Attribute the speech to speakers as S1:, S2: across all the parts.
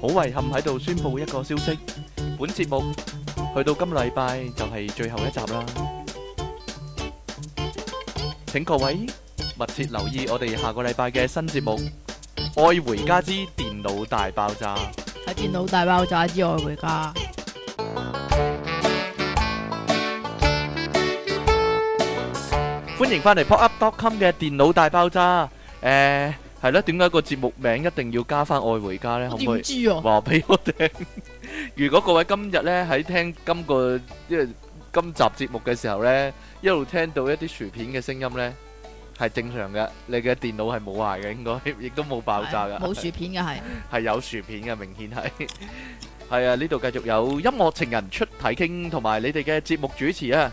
S1: 好遺憾喺度宣布一個消息，本節目去到今禮拜就係最後一集啦。請各位密切留意我哋下個禮拜嘅新節目《愛回家之電腦大爆炸》。
S2: 喺電腦大爆炸之外回家。
S1: 歡迎翻嚟 popup.com 嘅電腦大爆炸。誒係啦，點解個節目名一定要加翻愛回家呢？可
S2: 我
S1: 唔可以
S2: 點？知啊？
S1: 話俾我聽。如果各位今日咧喺聽今個即係今集節目嘅時候咧，一路聽到一啲薯片嘅聲音咧，係正常嘅。你嘅電腦係冇壞嘅，應該 亦都冇爆炸
S2: 係
S1: 嘅，
S2: 冇薯片嘅係，
S1: 係有薯片嘅，明顯係。係 啊，呢度繼續有音樂情人出體傾，同埋你哋嘅節目主持啊，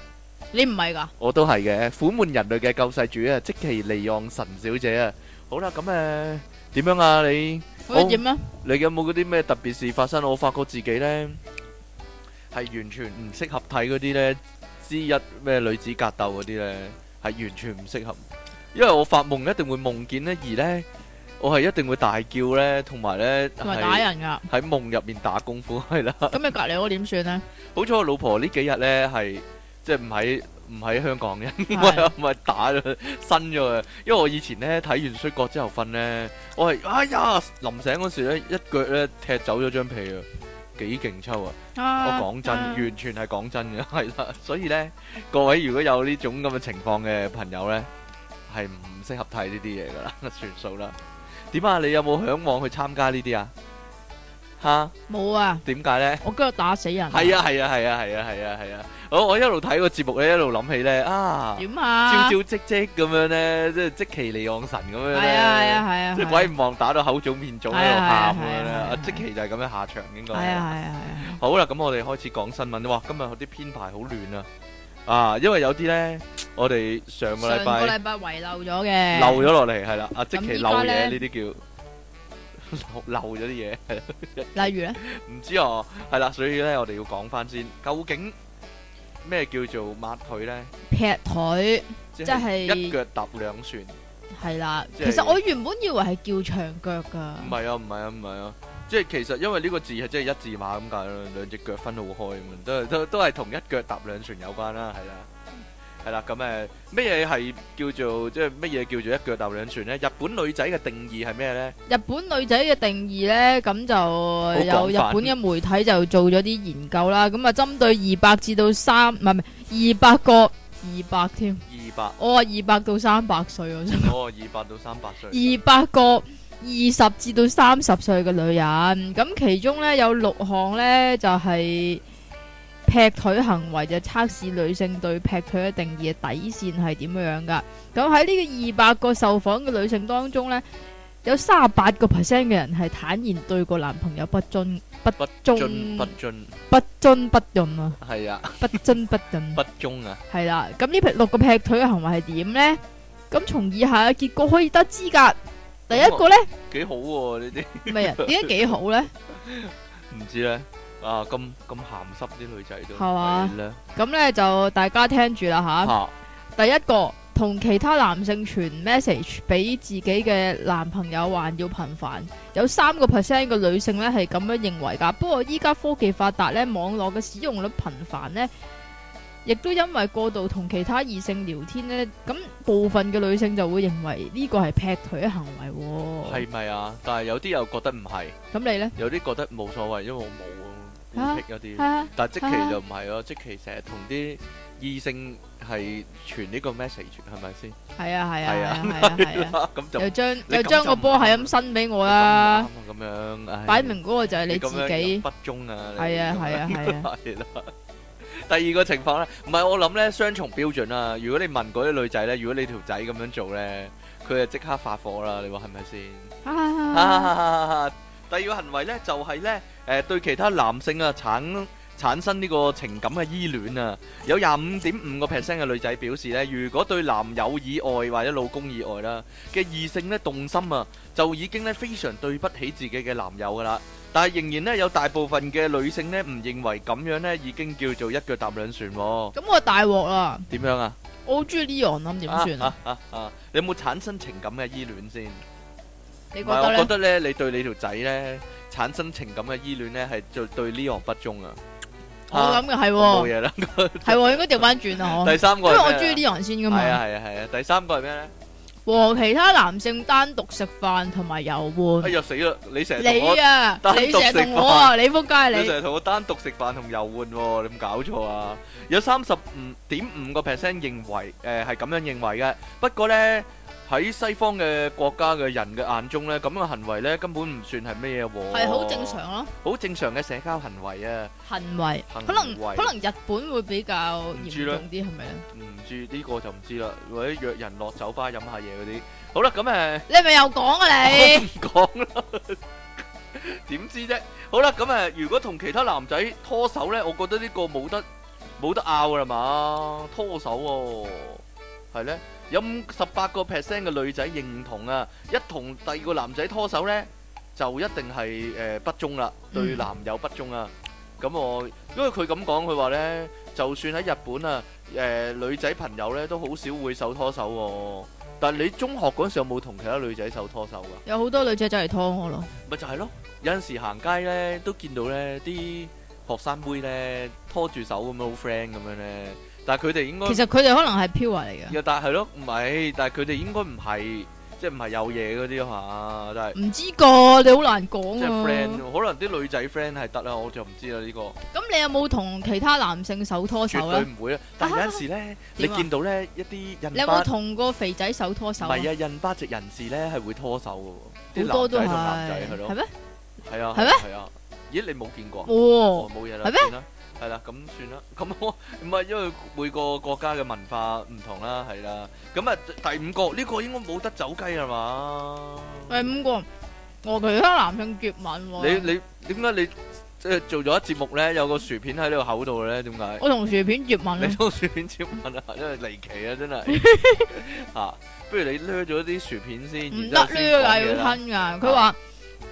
S2: 你唔係㗎？
S1: 我都係嘅，苦悶人類嘅救世主啊，即其利昂神小姐啊。好啦，咁誒點樣啊你？
S2: 咁樣點啊？
S1: 你有冇嗰啲咩特別事發生？我發覺自己呢係完全唔適合睇嗰啲呢，之一咩女子格鬥嗰啲呢，係完全唔適合，因為我發夢一定會夢見呢，而呢，我係一定會大叫呢，同埋呢，
S2: 同埋打
S1: 係
S2: 人 㗎。
S1: 喺夢入面打功夫係啦。
S2: 咁你隔離嗰個點算咧？
S1: 好彩我老婆呢幾日呢，係即係唔喺唔喺香港嘅，唔
S2: 係
S1: 係唔係打咗新咗嘅，因為我以前呢，睇完摔角之後瞓呢，我係哎呀臨醒嗰時呢，一腳呢踢走咗張被啊，幾勁抽啊！我
S2: 啊
S1: 講真，
S2: 啊
S1: 完全係講真嘅， 係啦，所以呢，各位如果有呢種咁嘅情況嘅朋友呢，係唔適合睇呢啲嘢噶啦， 算數啦。點啊？你有冇向往去參加呢啲啊？吓？
S2: 冇啊！
S1: 點解呢？
S2: 我今日打死人。
S1: 係啊係啊係啊係啊係啊係啊！我我一路睇個節目咧，一路諗起咧啊，
S2: 點
S1: 朝朝
S2: 啊？
S1: 夕夕咁樣咧，即係即其利昂神咁樣咧，
S2: 係啊係啊係啊！
S1: 即係
S2: 係
S1: 鬼唔望打到口腫面腫喺
S2: 係
S1: 度
S2: 啊
S1: 喊咁
S2: 係啊
S1: 樣咧，
S2: 係啊
S1: 啊
S2: 係啊
S1: 即其就係咁樣下場應該
S2: 係啊
S1: 係。
S2: 係啊係啊！
S1: 好啦，咁我哋開始講新聞。哇，今日啲編排好亂啊！啊，因為有啲咧，我哋上啊個禮
S2: 上個
S1: 拜
S2: 禮拜遺漏咗嘅，
S1: 漏咗落嚟，係啦，啊即其
S2: 咁依
S1: 漏
S2: 家
S1: 嘢
S2: 咧
S1: 呢啲叫 漏漏咗啲嘢。
S2: 例如咧，
S1: 唔知啊，係啦，所以咧，我哋要講翻先，究竟咩叫做抹腿咧？
S2: 劈腿
S1: 即
S2: 即係
S1: 係一腳踏兩船，唔
S2: 係啦。
S1: 即
S2: 其
S1: 係
S2: 實我原本以為係叫長腳㗎，
S1: 係啊，唔係啊，唔係啊，即係其實因為呢個字係即係一字馬咁解咯，兩隻腳分好開咁樣，都係都都係同一腳踏兩船有關啦，係啦。係啦，咁誒咩嘢係叫做即係乜嘢叫做一腳踏兩船咧？日本女仔嘅定義係咩咧？
S2: 日本女仔嘅定義呢，咁就
S1: 廣泛
S2: 有日本嘅媒體就做咗啲研究啦，咁啊針對二百至到三，唔係唔係二百個二百添，
S1: 二 百
S2: 我話二百到三百歲，我想
S1: 哦，二百到三百歲，
S2: 二百個二十至到三十歲嘅女人，咁其中呢，有六項呢，就係、劈腿行為，就測試女性對劈腿嘅定義嘅底線係點樣噶。咁喺呢個二百個受訪嘅女性當中呢，有三十八個 percent 嘅人係坦言對個男朋友不遵不
S1: 不
S2: 忠
S1: 進不進，
S2: 不遵不任啊，
S1: 係啊，
S2: 不遵不任
S1: 不忠啊，
S2: 系啦。咁呢六個劈腿嘅行為係點呢？咁從以下嘅結果可以得知噶。第一個呢。
S1: 幾好喎呢啲。
S2: 咩啊？點解幾好咧？
S1: 唔知咧，啊咁咁鹹濕啲女仔都
S2: 係嘛啊
S1: 係咧，
S2: 咁咧就大家聽住啦吓。
S1: 嚇
S2: 第一個同其他男性傳 message 俾自己嘅男朋友還要頻繁，有三個 percent 嘅女性咧係咁樣認為噶。不過依家科技發達咧，網絡嘅使用率頻繁咧。亦都因為過度同其他異性聊天咧，咁部分嘅女性就會認為呢個係劈腿行為喎。
S1: 係咪啊？但係有啲又覺得唔係，
S2: 咁你咧？
S1: 有啲覺得冇所謂，因為我冇啊，
S2: 啊
S1: 孤僻一啲。
S2: 啊，
S1: 但係即
S2: 啊
S1: 期就唔係咯，即期成日同啲異性係傳呢個 message 係咪先？
S2: 係啊，係
S1: 係
S2: 啊，係
S1: 啊
S2: 啊，係啊，係啊，
S1: 咁 就
S2: 又將
S1: 你
S2: 又
S1: 咁
S2: 將
S1: 就
S2: 個
S1: 唔
S2: 波係
S1: 啱啦
S2: 咁伸俾我
S1: 咁啱
S2: 啦
S1: 啊。咁樣，唉
S2: 擺明嗰個就係你
S1: 你
S2: 自
S1: 咁樣又
S2: 己，
S1: 不忠啊！你
S2: 係啊
S1: 咁樣
S2: 係啊係啊，
S1: 係啦。第二個情況咧，唔係我諗咧雙重標準啦。如果你問嗰啲女仔咧，如果你條仔咁樣做咧，佢就即刻發火啦。你話係咪先？
S2: 啊
S1: 第二個行為咧就係咧，誒對其他男性啊產產生呢個情感嘅依戀啊。有廿五點五個 percent 嘅女仔表示咧，如果對男友以外或者老公以外啦嘅異性咧動心啊，就已經咧非常對不起自己嘅男友噶啦。但係仍然咧有大部分嘅女性咧唔認為咁樣咧已經叫做一腳踏兩船喎。
S2: 咁我大鑊啦！
S1: 點樣啊？
S2: 我好中意 Leon 咁點算啊？
S1: 啊啊啊你有冇產生情感嘅依戀先？
S2: 你
S1: 啊唔
S2: 覺
S1: 係，
S2: 得
S1: 我覺
S2: 咧？
S1: 得咧，你對你條仔咧產生情感嘅依戀咧，係對對呢行不忠啊！
S2: 我 諗嘅係
S1: 我冇
S2: 喎，
S1: 嘢啦。
S2: 係喎，應該調翻轉啊！我
S1: 第三
S2: 因
S1: 個
S2: 為我
S1: 係
S2: 中意
S1: 咩
S2: 呢行先噶
S1: 啊？
S2: 嘛
S1: 係。啊係啊係啊！第三個係咩咧？
S2: 和其他男性單獨食飯同埋遊
S1: 哎
S2: 玩。
S1: 呀死啦！你成日同我
S2: 你，啊
S1: 單，獨
S2: 你成日同我啊，你仆街
S1: 你成
S2: 你。
S1: 日同我單獨食飯同遊玩喎，你有冇搞錯啊？有三十五點五個 percent 認為誒係咁樣認為嘅，不過咧。喺西方嘅國家嘅人嘅眼中咧，咁嘅行為咧根本唔算係咩嘢喎，
S2: 係好正，常咯，
S1: 好正常嘅社交行為啊！
S2: 行為
S1: 行
S2: 可能
S1: 為
S2: 可能日本會比較
S1: 唔
S2: 嚴
S1: 知啦
S2: 重啲，係咪咧？啊
S1: 唔知呢個就唔知啦，或者約人落酒吧飲下嘢嗰啲。好啦，咁誒，
S2: 你係咪又講啊你？
S1: 唔 講啦，點知啫？好啦，咁誒，如果同其他男仔拖手咧，我覺得呢個冇得冇得拗噶啦嘛，拖手喎、係咧。有五十八個 percent 嘅女仔認同啊，一同第二個男仔拖手咧，就一定係誒、呃不忠啦，對
S2: 嗯
S1: 男友不忠啊。咁我因為佢咁講，佢話咧，就算喺日本啊，誒、女仔朋友咧都好少會手拖手喎、但係你中學嗰陣時有冇同其他女仔手拖手噶？
S2: 有好多女仔走嚟拖 我咯，
S1: 咪就係咯，有陣時行街咧都見到咧啲學生妹咧拖住手咁樣好 friend 咁樣咧，但係佢哋應該
S2: 其實佢哋可能係 pure 嚟嘅，
S1: 又但係咯，唔係，但係佢哋應該唔係即係唔係有嘢嗰啲嚇，但係
S2: 唔知個你好難
S1: 即
S2: 講
S1: 係
S2: 啊。
S1: friend，可能啲女仔 friend 係得啦，我就唔知啦呢個。
S2: 咁你有冇同其他男性手拖
S1: 絕
S2: 手啊
S1: 對
S2: 咧？
S1: 唔會啦。但係有陣時咧，你
S2: 點啊
S1: 見到咧一啲
S2: 你
S1: 印
S2: 有
S1: 巴
S2: 冇，同個肥仔手拖手
S1: 唔
S2: 啊？
S1: 係啊，印巴籍人士咧係會拖手嘅喎，啲
S2: 好多
S1: 男仔
S2: 都係，
S1: 同男仔係咯
S2: 係，咩？
S1: 係啊，
S2: 係咩
S1: 係啊，咦，你冇見過啊？
S2: 哦
S1: 哦，，冇嘢啦，
S2: 係咩
S1: 算啦，係啦， 咁算啦，咁我唔係因為每個國家嘅文化唔同啦，係啦，咁啊第五個呢個應該冇得走雞係嘛？
S2: 第五個，哦我其他男性接吻
S1: 你
S2: 喎。
S1: 你點解你即係做咗一節目咧，有個薯片喺你個口度咧？點解？
S2: 我同薯片接吻啊
S1: 你都薯片接吻啊，真係離奇啊，真係嚇！不如你掠咗啲薯片先，
S2: 唔
S1: 然之
S2: 得
S1: 後
S2: 呢
S1: 先講嘢
S2: 個係要
S1: 啦啊
S2: 吞㗎。佢話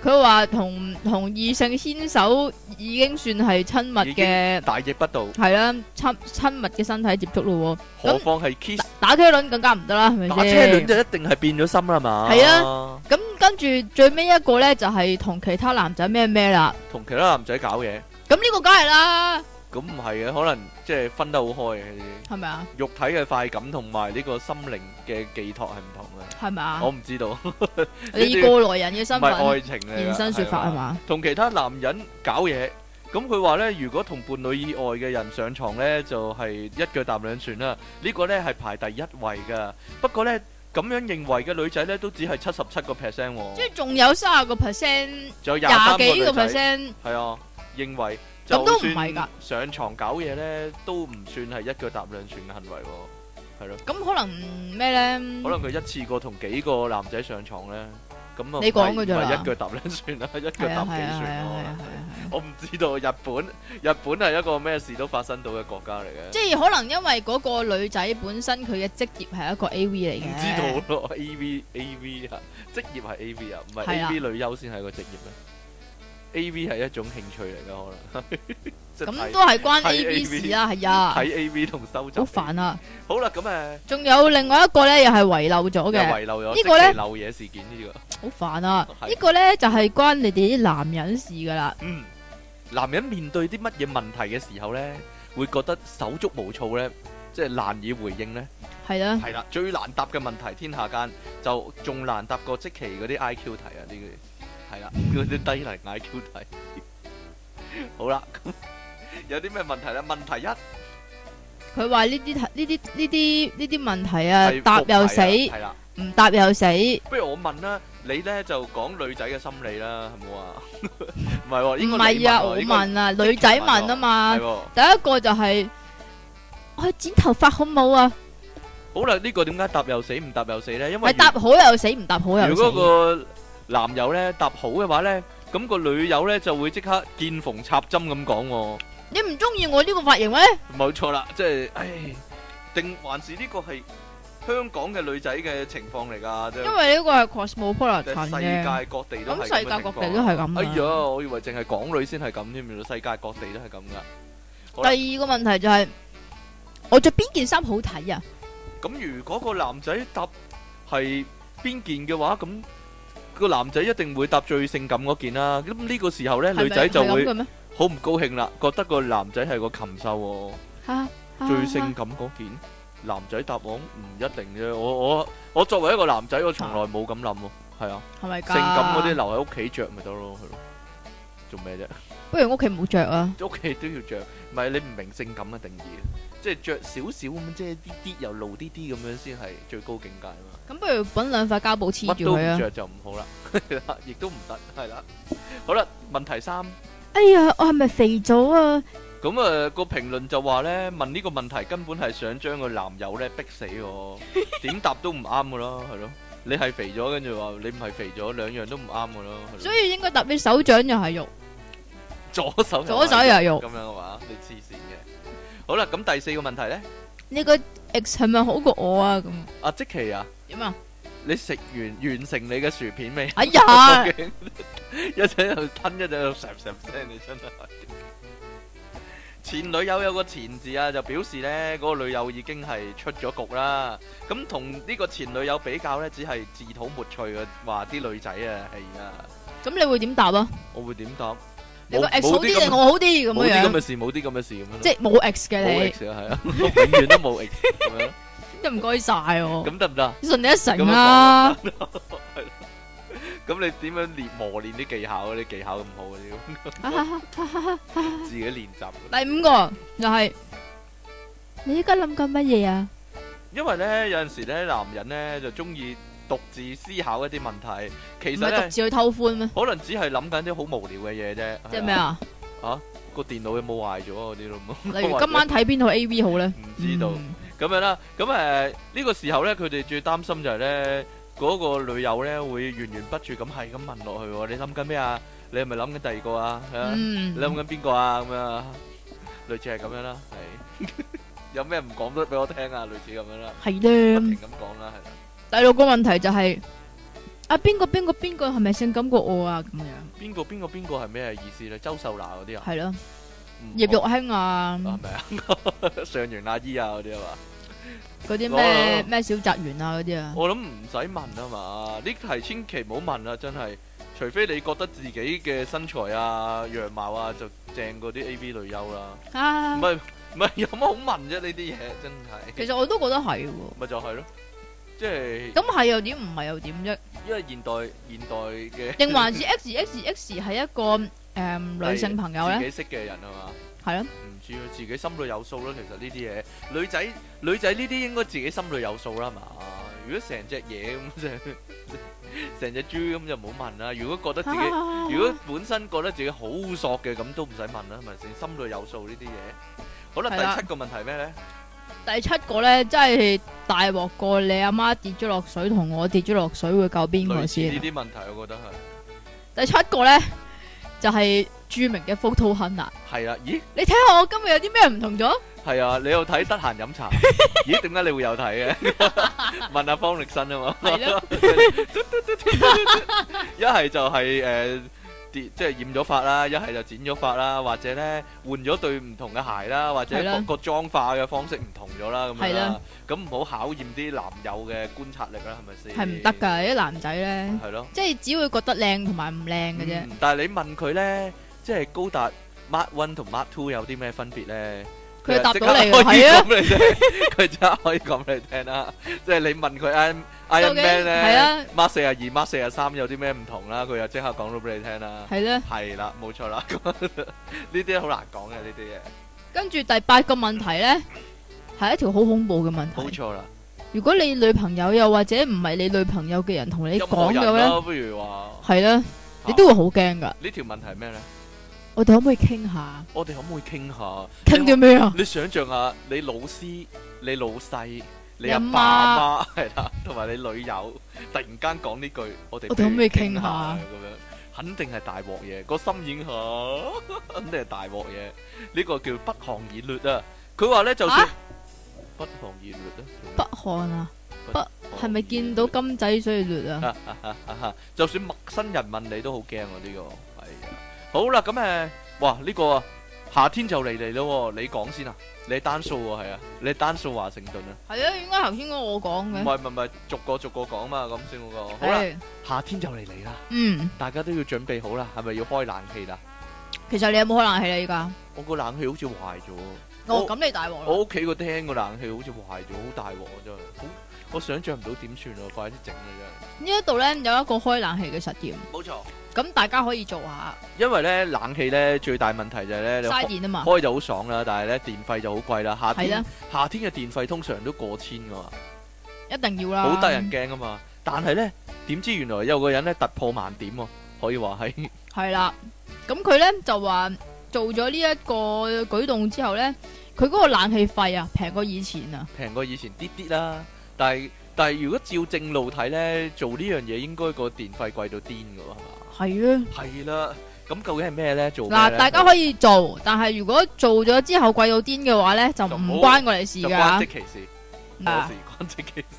S2: 佢話同同異性牽手已經算係親密
S1: 已經
S2: 嘅，
S1: 大逆不道，
S2: 係啦，親親密嘅身體接觸咯喎。
S1: 何況係 kiss
S2: 打車輪更加唔得啦，係咪
S1: 打
S2: 先？
S1: 車輪就一定係變咗心啦係嘛？
S2: 係啊，咁跟住最尾一個咧就係、同其他男仔咩咩啦，
S1: 同其他男仔搞嘢。
S2: 咁呢個梗係啦，
S1: 咁唔係嘅，可能即係分得好開嘅，
S2: 係咪啊？
S1: 肉體嘅快感同埋呢個心靈嘅寄託係唔同嘅。
S2: 係咪啊
S1: 我？唔知道，唔
S2: 你以過來人嘅身
S1: 係啊愛
S2: 份
S1: 情嚟
S2: 現身說法係
S1: 嘛？
S2: 嘛？
S1: 同其他男人搞嘢，咁佢話呢，如果同伴侶以外嘅人上床呢，就係一腳踏兩船啦。呢個呢係排第一位噶。不過呢，咁樣認為嘅女仔呢，都只係七十七個 percent，
S2: 即係仲有三十個 percent、
S1: 仲有廿三個
S2: 廿幾個
S1: 女仔。
S2: percent，
S1: 係啊，認為
S2: 咁
S1: 就
S2: 都唔
S1: 算
S2: 係㗎
S1: 上床搞嘢咧，都唔算係一腳踏兩船嘅行為喎。係咯，
S2: 咁可能咩咧？
S1: 可能佢一次過同幾個男仔上床咧，咁啊唔係
S2: 你講㗎咋
S1: 唔係
S2: 啦
S1: 一腳踏兩船啦，一腳
S2: 係
S1: 踏
S2: 啊
S1: 幾
S2: 係啊係
S1: 船
S2: 啊係
S1: 咯
S2: 啊。係啊，係啊
S1: 我唔知道日本，日本係一個咩事都發生到嘅國家嚟嘅
S2: 啊即，係可能因為嗰個女仔本身佢嘅職業係一個 A V 嚟
S1: 唔
S2: 嘅，
S1: 知道咯。A V A V 啊，職業係 A V 啊，唔係
S2: 係
S1: A
S2: 啊
S1: V 女優先係一個職業咩？A V 係一種興趣嚟嘅，可能 即係
S2: 咁
S1: 睇
S2: 都係關
S1: 睇
S2: A V
S1: AV
S2: 事啦，係啊，
S1: 睇 A V 同收集
S2: 好煩啊！
S1: 好啦，咁誒，
S2: 仲有另外一個咧，又係遺漏咗
S1: 又
S2: 嘅。
S1: 遺漏咗
S2: 呢個呢
S1: 即期漏嘢事件呢個，
S2: 好煩啊！
S1: 係
S2: 呢個呢就係關你哋啲男人事噶啦，
S1: 嗯，男人面對啲乜嘢問題嘅時候咧，會覺得手足無措咧，即係難以回應咧，
S2: 係啦，
S1: 係啦，最難答嘅問題天下間就仲難答過即期嗰啲 I Q 題啊，呢個係啦，嗰啲低能 I Q 題。好啦，咁有啲咩問題咧？問題一
S2: 佢話呢啲題呢啲呢啲呢啲問題啊
S1: 係，復
S2: 答又
S1: 題啊
S2: 死，
S1: 係啦。
S2: 唔答又死，
S1: 不如我問啦，你咧就講女仔嘅心理啦，好冇啊？ 唔係喎，
S2: 唔
S1: 應該你
S2: 係啊，
S1: 喎
S2: 我
S1: 應該
S2: 問啊，女仔問啊嘛
S1: 係，喎。
S2: 第一個就係我去剪頭髮好唔好啊？
S1: 好啦，呢、個點解答又死唔答又死呢？因為
S2: 咪答好又死，唔答好
S1: 如
S2: 又
S1: 如果
S2: 死，
S1: 個男友呢答好嘅話呢，咁、個女友呢就會即刻見縫插針咁講喎，
S2: 你唔中意我呢個髮型咩？
S1: 冇錯啦，即係唉，定還是呢個係香港嘅女仔嘅情況嚟㗎，即係
S2: 因為呢個係
S1: 即
S2: cosmopolitan
S1: 係
S2: 嘅，
S1: 世界各地都
S2: 咁
S1: 係咁
S2: 世
S1: 嘅
S2: 界
S1: 情
S2: 各
S1: 況
S2: 地都係咁
S1: 哎呀，
S2: 啊。
S1: 我以為淨係港女先係咁添，原來世界各地都係咁㗎。好啦
S2: 第二個問題就係我着邊件衫好睇啊？
S1: 咁如果個男仔答係邊件嘅話，咁個男仔一定會答最性感嗰件啦。咁呢個時候咧，
S2: 係咪
S1: 女仔就
S2: 係咁
S1: 會
S2: 嘅咩？
S1: 好唔高興啦，覺得個男仔係個禽獸喎。
S2: 吓
S1: 最性感嗰件，男仔答案唔一定啫。我我我作為一個男仔，我從
S2: 啊
S1: 來冇咁諗喎。係啊，
S2: 系咪
S1: 性感嗰啲留喺屋企着咪得咯，係咯。做咩啫？
S2: 不如屋企唔好着啊！
S1: 屋企都要着，唔係你唔明性感嘅定義，啊即係着少少咁，即係啲啲又露啲啲咁樣先係最高境界啊嘛。
S2: 咁不如搵兩塊膠布黐
S1: 乜
S2: 住
S1: 都唔
S2: 佢啊！
S1: 着就唔好啦， 亦都唔得，係啦。好啦，問題三。
S2: 哎呀，我係咪肥咗啊？
S1: 咁啊、呃個評論就話咧，問呢個問題根本係想將個男友咧逼死 我，點答都唔啱噶咯，係咯。你係肥咗，跟住話你唔係肥咗，兩樣都唔啱噶咯。係
S2: 所
S1: 咯
S2: 以應該揼你手掌又係肉，
S1: 左手
S2: 左手又係
S1: 肉
S2: 肉
S1: 咁。樣嘅話，你黐線嘅。好啦，咁第四個問題咧，
S2: 你個 ex 係咪好過我啊？咁
S1: 阿即奇啊，
S2: 點啊？
S1: 你食完完成你嘅薯片未？啊
S2: 哎呀，
S1: 一陣喺度吞，一陣喺度咄咄聲，你真係。前女友有個前字啊，就表示呢嗰、個女友已經係出咗局啦。咁同呢個前女友比較呢，只係自討沒趣嘅話啲女仔啊，係啊，
S2: 咁你會點答啊？
S1: 我會點答？
S2: 你個
S1: 冇
S2: ex
S1: 冇
S2: 好
S1: 啲
S2: 啲定
S1: 咁
S2: 我好啲咁
S1: 冇啲咁
S2: 樣樣？
S1: 嘅事，冇啲咁嘅事咁樣咯。
S2: 即係冇 ex 嘅
S1: 冇
S2: 你，
S1: X 啊，係啊，永遠都冇 X 咁樣，
S2: 都唔該晒我，
S1: 咁得唔得啊？
S2: 信你一成啦。
S1: 咁你點樣練磨練啲技巧啊？你技巧咁好啊， 你要自己練習。
S2: 第五個就係你依家諗緊乜嘢啊？
S1: 因為咧有陣時咧男人咧就中意獨自思考一啲問題，其
S2: 唔
S1: 實
S2: 係獨
S1: 咧
S2: 自去偷歡咩？
S1: 可能只係諗緊啲好無聊嘅嘢啫。
S2: 即係
S1: 係
S2: 咩？啊？
S1: 個電腦有冇壞咗啊嗰啲咯，
S2: 例 如今晚睇邊套 A V 好咧？
S1: 唔知道
S2: 嗯
S1: 咁樣啦。咁誒呢個時候咧，佢哋最擔心就係咧嗰個女友咧會源源不絕咁係咁問落去喎。你諗緊咩啊？你係咪諗緊第二個啊？係啊
S2: 嗯
S1: 你諗緊邊個啊？咁樣啊，類似係咁樣啦。 係有咩唔講得俾我聽啊？類似咁樣啦，
S2: 係
S1: 不
S2: 咧。
S1: 停咁講啦，係啦。
S2: 第六個問題就係啊邊個邊個邊個係咪性感過我啊？咁樣
S1: 邊個邊個邊個係咩意思咧？周秀娜嗰啲啊，
S2: 係咯，
S1: 嗯
S2: 葉玉卿啊，
S1: 我啊 係咪啊？上元阿姨啊嗰啲啊嘛，
S2: 嗰啲
S1: 我
S2: 咩咩小澤園啊嗰啲啊，
S1: 我諗唔使問啊嘛，呢題千祈唔好問啦，真係，除非你覺得自己嘅身材啊、樣貌啊就正過啲 A V 女優啦，唔
S2: 啊，
S1: 係唔係 有乜好問啫？呢啲嘢真係，
S2: 其實我都覺得係喎。
S1: 咪就係咯，即係
S2: 咁係又點，唔係又點啫？
S1: 因為現代現代嘅
S2: 定 還是 X X X 係一個誒女性朋友咧？
S1: 自己識嘅人啊嘛。
S2: 係咯，
S1: 唔知啊，自己心裏有數啦。其實呢啲嘢，女仔女仔呢啲應該自己心裏有數啦係嘛。如果成隻嘢咁就成隻豬咁就唔好問啦。如果覺得自己
S2: 啊
S1: 如果本身覺得自己好索嘅咁都唔使問啦，係咪先？心裏有數呢啲嘢。好
S2: 係啦
S1: 啦，第七個問題咩咧？
S2: 第七個咧，真係大鑊過你阿媽跌咗落水同我跌咗落水會救邊個
S1: 類似
S2: 先
S1: 呢
S2: 啊？
S1: 啲問題，我覺得係
S2: 第七個咧就係著名嘅 photo hunter。
S1: 係啦。咦，
S2: 你睇下我今日有啲咩唔同咗？
S1: 係啊，你又睇得閒飲 茶？咦，點解你會有睇嘅？問下方力申啊嘛。
S2: 係咯，
S1: 一係就係、誒、跌，即係染咗髮啦，一係就剪咗髮啦，或者咧換咗對唔同嘅鞋啦，或者
S2: 係啦
S1: 個個妝化嘅方式唔同咗啦，咁樣
S2: 係
S1: 啦
S2: 啦，
S1: 咁唔好考驗啲男友嘅觀察力啦，係咪
S2: 係
S1: 先？
S2: 唔得，㗎，啲男仔咧，
S1: 係咯。
S2: 即係只會覺得靚同埋唔靚嘅啫。
S1: 啊嗯但係你問佢咧，即係高達 Mark One 同 Mark Two 有啲咩分別咧？
S2: 佢就答
S1: 即
S2: 到你
S1: 刻
S2: 㗎
S1: 可以
S2: 係啊
S1: 講俾你聽， 佢即刻可以講俾你聽啦。即係你問佢 Iron Iron
S2: 究竟
S1: Man
S2: 係
S1: 咧
S2: 啊，
S1: ，Mark 四啊二、Mark 四啊三有啲咩唔同啦？佢又即刻講到俾你聽啦。
S2: 係咧，
S1: 係啦，冇錯啦。咁 呢啲好難講嘅呢啲
S2: 跟住第八個問題咧，係一條好恐怖嘅問
S1: 嘢，冇
S2: 題。
S1: 錯啦。
S2: 如果你女朋友又或者唔係你女朋友嘅人同你
S1: 任何
S2: 講嘅
S1: 人啊
S2: 咧，
S1: 啦，不如話
S2: 係咧，你都會好驚㗎。
S1: 呢條問題係咩咧？
S2: 我哋可唔可以傾下？
S1: 我哋可唔可以傾下？
S2: 傾啲咩啊？
S1: 你想象下，你老師、你老細、你
S2: 你
S1: 阿
S2: 阿
S1: 爸阿媽係啦，同埋你女友，突然間講呢句，我哋
S2: 我哋可唔可以傾下
S1: 咁樣？肯定係大鑊嘢，個心已經嚇， 肯定係大鑊嘢。呢個叫不寒而栗啊！佢話咧，就算
S2: 啊
S1: 不寒而栗啊，
S2: 北韓啊，
S1: 不
S2: 北
S1: 寒
S2: 係咪
S1: 而栗
S2: 見到金仔所以劣啊？
S1: 就算陌生人問你都好驚喎，呢個係啊。好啦，咁誒，哇呢個啊夏天就嚟嚟咯喎，你講先啊！你係單數喎，係啊，你係單數華盛頓啊，
S2: 系啊，應該頭先嗰個我講
S1: 唔係
S2: 嘅。
S1: 唔係唔係，逐個逐個講嘛，咁先嗰個。好啦，
S2: 係
S1: 夏天就嚟嚟啦，
S2: 嗯，
S1: 大家都要準備好啦，係咪要開冷氣啦？
S2: 其實你有冇開冷氣啦？啊依家
S1: 我個冷氣好似壞咗，
S2: 哦
S1: 我，
S2: 咁你大鑊
S1: 我
S2: 啦！
S1: 屋企個廳個冷氣好似壞咗，好大鑊啊真係，好我想象唔到點算啊，快啲整啦
S2: 呢一度咧有一個開冷氣嘅實驗，
S1: 真係。冇錯，
S2: 咁大家可以做下，
S1: 因為咧冷氣咧最大問題就係咧你
S2: 嘥
S1: 開
S2: 電啊嘛，
S1: 開就好爽啦，但係咧電費就好貴啦，夏
S2: 係
S1: 天
S2: 啦，
S1: 夏天嘅電費通常都過千噶嘛。
S2: 一定要啦。
S1: 好得人驚啊嘛！但係呢，點知原來有個人呢突破盲點喎，可以話係
S2: 係啦，咁佢咧就話做咗呢一個舉動之後咧，佢嗰個冷氣費啊平過以前啊，
S1: 平過以前啲啲啦。但係但係如果照正路睇呢，做呢樣嘢應該個電費貴到癲噶
S2: 係啊。
S1: 喎，係嘛？係啦，咁究竟係咩呢？做咩
S2: 嗱，
S1: 呢
S2: 大家可以做，但係如果做咗之後貴到癲嘅話咧，就
S1: 就
S2: 唔
S1: 唔好
S2: 關我哋事
S1: 就
S2: 噶。
S1: 關即其事，我
S2: 啊
S1: 事關即其事，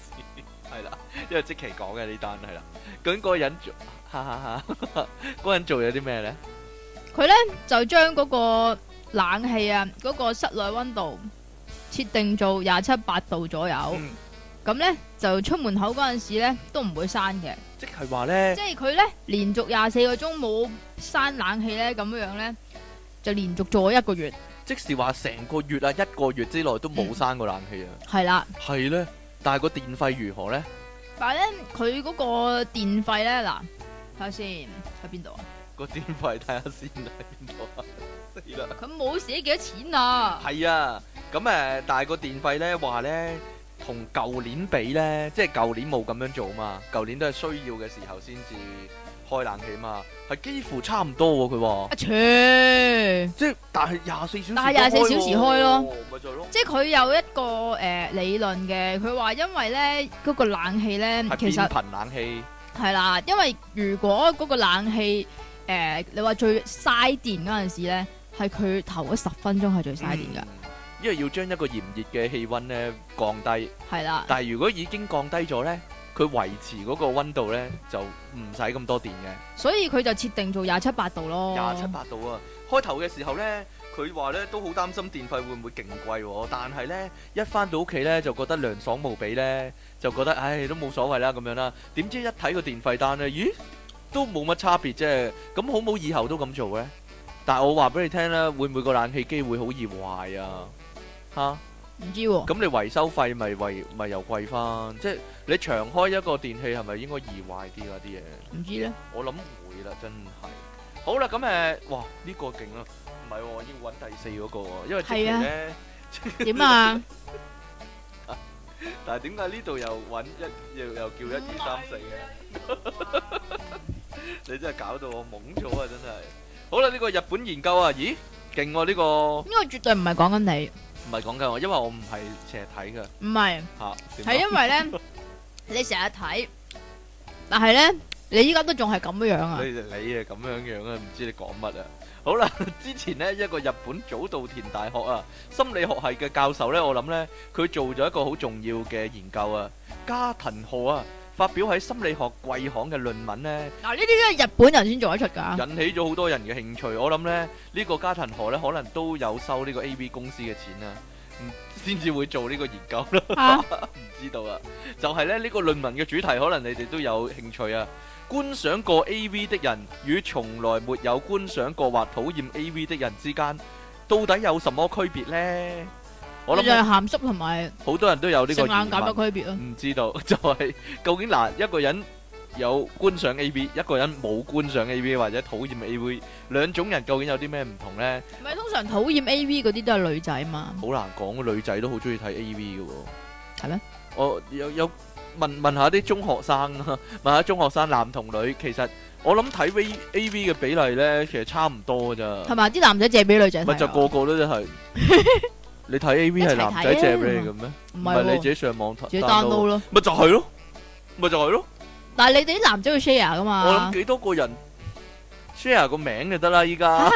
S1: 係啦，因為即其講嘅呢單係啦。究竟嗰個人做，哈 哈哈，嗰個人做咗啲咩呢？
S2: 就將嗰個冷氣啊，嗰、個室內温度設定做廿七八度左右。
S1: 嗯
S2: 咁呢，就出門口嗰陣時呢都唔會閂嘅，
S1: 即係話呢
S2: 即，係佢呢連續廿四個鐘冇閂冷氣呢，咁樣樣呢，就連續做咗一個月，
S1: 即是話成個月啊，一個月之內都冇閂過冷氣啊。
S2: 係啦。
S1: 係呢，但係個電費如何呢？
S2: 但係呢，佢嗰個電費呢，嗱，睇下先喺邊度啊？
S1: 個電費睇下先喺邊度啊！死啦！
S2: 佢冇寫幾多錢啊？
S1: 係啊，咁誒，但係個電費咧話咧，同舊年比咧，即係舊年冇咁樣做嘛，舊年都係需要嘅時候先至開冷氣嘛，係幾乎差唔多喎、佢話
S2: 啊，切！
S1: 即係但係廿四小時，
S2: 但係24小時開咯，
S1: 咪就係咯，
S2: 即係佢有一個誒、呃理論嘅，佢話因為咧嗰、個冷氣
S1: 係
S2: 咧，嗯其
S1: 變
S2: 實
S1: 頻冷氣，
S2: 係啦，因為如果嗰個冷氣誒、呃你話最嘥電嗰陣時咧，係佢頭嗰十分鐘係最嘥電
S1: 嗯因為要將一個炎熱嘅氣温咧降低，
S2: 噶，係啦，
S1: 但係如果已經降低咗咧，佢維持嗰個温度咧就唔使咁多電嘅。
S2: 所以佢就設定做廿七八度咯，
S1: 廿七八度啊！開頭嘅時候呢，佢話呢都好擔心電費會唔會勁貴喎，但係呢，一翻到屋企呢，就覺得涼爽無比呢，就覺得唉都冇所謂啦咁樣啦。點知一睇個電費單呢，咦都冇乜差別啫。咁好唔好以後都咁做呢？但係我話俾你聽啦，會唔會個冷氣機會好易壞啊？嚇！
S2: 唔知喎，
S1: 咁你維修費咪維咪又貴翻？即係你長開一個電器係咪應該易壞啲啊啲嘢？
S2: 唔知 咧，
S1: 我諗會啦，真係。好啦，咁誒，哇，呢個勁啊！唔係喎，要揾第四嗰個喎，因為之
S2: 係啊
S1: 前咧，
S2: 點啊？
S1: 但係點解呢度又揾一又又叫一二三四嘅？你真係搞到我懵咗啊！真係。好啦，呢個日本研究啊，咦，勁喎呢個，
S2: 呢個絕對唔係講緊
S1: 唔係講緊我，因為我唔係成日睇㗎
S2: 你，唔係
S1: 嚇。點啊
S2: 係因 為咧你成日睇，但係咧你依家都仲係咁樣啊，
S1: 你你啊咁樣樣啊，唔知你講乜啊？好啦， 之前呢，一個日本早稻田大學啊心理學系嘅教授呢，我諗呢，佢做咗一個好重要嘅研究啊，加藤浩啊發表喺心理學季刊嘅論文呢，
S2: 嗱呢啲都係日本人先做得出㗎。
S1: 引起咗好多人嘅興趣。我諗呢，呢、個加藤浩呢，可能都有收呢個 A V 公司嘅錢啊，唔先至會做呢個研究啦。
S2: 啊
S1: 唔知道啊，就係咧呢個論文嘅主題，可能你哋都有興趣啊。觀賞過 A.V. 的人與從來沒有觀賞過或討厭 A.V. 的人之間，到底有什麼區別呢？我
S2: 就係
S1: 諗
S2: 鹹濕同埋
S1: 好多人都有呢個
S2: 性
S1: 疑
S2: 冷感
S1: 問，
S2: 嘅區別咯。
S1: 唔知道 就係究竟嗱一個人有觀賞 A.V. 一個人冇觀賞 A.V. 或者討厭 A.V. 兩種人究竟有啲咩唔同呢？
S2: 唔係通常討厭 A V 嗰啲都係女仔嘛，
S1: 好難講，女仔都好中意睇 A.V. 嘅喎。
S2: 係咩？
S1: 我有有問問下啲中學生啊， 問下中學生男同女，其實我諗睇 V A V 嘅比例咧，其實差唔多㗎
S2: 同
S1: 咋，
S2: 埋啲男仔借俾女仔睇啊。
S1: 咪就個個都 係。你睇 A V 係男仔借俾你嘅咩？
S2: 唔
S1: 唔
S2: 係
S1: 係
S2: 你
S1: 你
S2: 自
S1: 自己上網睇
S2: 己 download 咯，
S1: 咪就係咯，咪就係咯。
S2: 但係你哋啲男仔去 share 噶
S1: 我諗
S2: 嘛？
S1: 幾多個人 share 個名就得啦，依家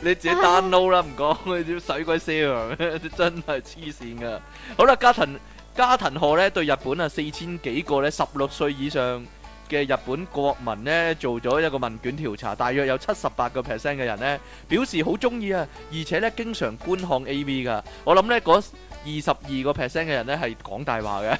S1: 你自己 download 啦，唔講你啲使鬼 share 咩？真係黐線噶。好啦，加藤加藤賀咧對日本啊四千幾個咧十六歲以上嘅日本國民呢，做咗一個問卷調查，大約有七十八個 percent 嘅人呢，表示好中意啊，而且呢經常觀看 AV 噶。我諗呢嗰二十二個 percent 嘅人呢係講大話嘅，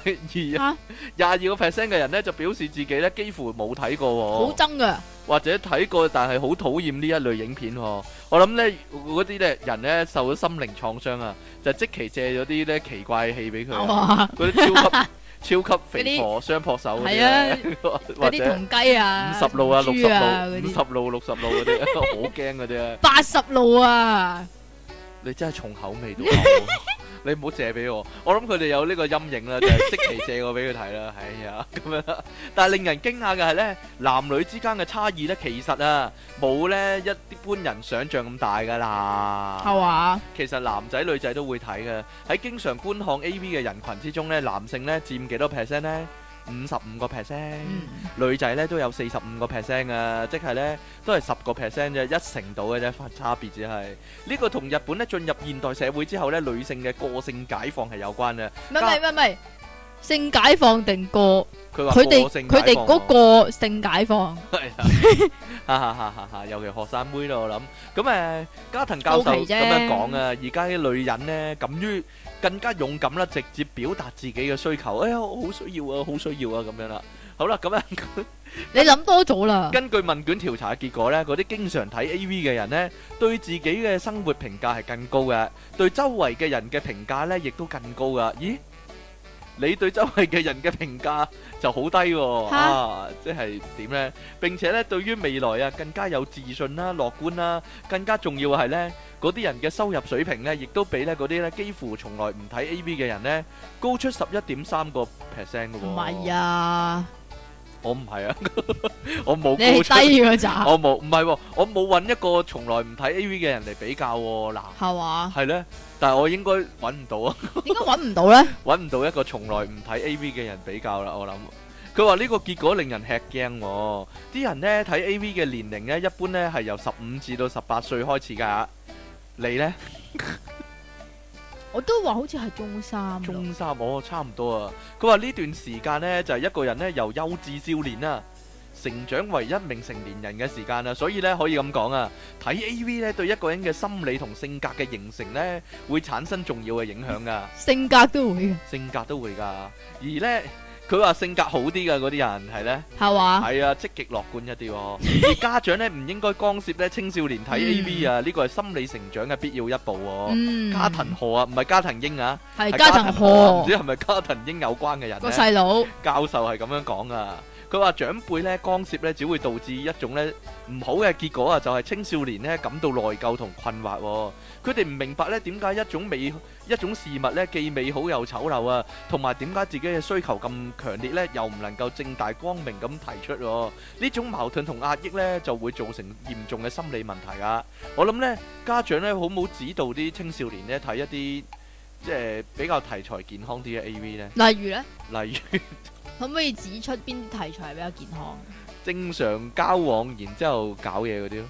S2: 啊
S1: 而廿二個 percent 嘅人呢就表示自己呢幾乎冇睇過喎。
S2: 好憎噶，
S1: 或者睇過，但係好討厭呢一類影片喎、我諗呢嗰啲咧人呢，受咗心靈創傷啊，就即期借咗啲呢奇怪戲俾佢啊，
S2: 哇！
S1: 嗰啲超 級超級肥婆雙撲手嗰啲
S2: 係啊
S1: 呢，或
S2: 嗰啲
S1: 者
S2: 同雞啊，
S1: 五十路啊、六十
S2: 同豬啊
S1: 路、
S2: 嗰
S1: 五
S2: 啲
S1: 十路、六十路嗰啲，好驚嗰啲啊！
S2: 八十路啊，
S1: 你真係重口味 到嘔，你唔好借俾我。我諗佢哋有呢個陰影啦，就係即期借我俾佢睇啦。哎呀，咁樣啦。但係令人驚訝嘅係咧，男女之間嘅差異咧，其實啊，冇咧一一般人想象咁大㗎啦。
S2: 係嘛？
S1: 其實男仔女仔都會睇嘅。喺經常觀看 A V 嘅人群之中咧，男性咧佔幾多 percent 咧？五十五個 percent，
S2: 嗯，
S1: 女仔咧都有四十五個 percent 啊，即係咧都係十個 percent 啫，一成到嘅啫，差別只係呢個同日本咧進入現代社會之後咧，女性嘅個性解放係有關嘅。
S2: 唔係唔係唔係唔係，性解放定個？
S1: 佢話
S2: 佢哋
S1: 個性
S2: 佢哋
S1: 解放
S2: 嗰個性解放，
S1: 係啊，哈哈哈哈哈！尤其學生妹咯，我諗咁誒，加藤教授
S2: 好奇
S1: 咁
S2: 啫
S1: 樣講啊，而家啲女人咧，敢於更加勇敢啦，直接表達自己嘅需求。哎呀，我好需要啊，好需要啊，咁樣啦。好啦，咁啊，
S2: 你諗多咗啦。
S1: 根據問卷調查嘅結果咧，嗰啲經常睇 A.V. 嘅人咧，對自己嘅生活評價係更高嘅，對周圍嘅人嘅評價咧，亦都更高噶。咦？你對周圍嘅人嘅評價就好低喎，
S2: 嚇
S1: 啊，即係點呢？並且咧，對於未來啊，更加有自信啦、樂觀啦，更加重要嘅係咧，嗰啲人嘅收入水平咧，亦都比咧嗰啲咧幾乎從來唔睇 A.V. 嘅人咧，高出十一點三個 percent 嘅喎。
S2: 唔係啊，
S1: 我唔係啊， 我冇
S2: 你
S1: 高出
S2: 係低嗰咋，
S1: 我冇，唔係喎，我冇揾一個從來唔睇 A.V. 嘅人嚟比較喎。嗱，
S2: 係嘛？
S1: 係咧，但係我應該揾唔到啊，
S2: 點解揾唔到咧？
S1: 揾唔到一個從來唔睇 A.V. 嘅人比較啦。我諗佢話呢個結果令人吃驚喎。啲人呢睇 A.V. 嘅年齡呢，一般呢係由十五至到十八歲開始㗎。你呢？
S2: 我都話好似係中三咯，
S1: 中三我差唔多啊。佢話呢段時間呢，就係、一個人呢由幼稚少年啊，成長為一名成年人嘅時間啦，所以呢，可以咁講啊，睇 A V 呢對一個人嘅心理同性格嘅形成呢，會產生重要嘅影響噶，
S2: 性格都會嘅，
S1: 性格都會噶。而呢，佢話性格好啲嘅嗰啲人係呢。
S2: 係嘛？
S1: 係啊，積極樂觀一啲喎。而家長呢，唔應該干涉呢青少年睇 A V 啊，呢個係心理成長嘅必要一步喎。
S2: 嗯，
S1: 加藤河啊，唔係加藤英啊。
S2: 係
S1: 係
S2: 加藤河
S1: 唔知係咪加藤英有關嘅人
S2: 個
S1: 咧？
S2: 細佬，
S1: 教授係咁樣講啊，佢話長輩咧干涉咧，只會導致一種咧唔好嘅結果啊，就係青少年咧感到內疚同困惑喎。佢哋唔明白咧點解一種美一種事物咧既美好又醜陋啊，同埋點解自己嘅需求咁強烈咧，又唔能夠正大光明咁提出喎。呢種矛盾同壓抑咧，就會造成嚴重嘅心理問題噶。我諗咧，家長咧好冇指導啲青少年咧睇一啲即係比較題材健康啲嘅 A.V. 咧，
S2: 例如咧，
S1: 例如。
S2: 可唔可以指出邊啲題材比較健康？
S1: 正常交往，然之後搞嘢嗰啲咯，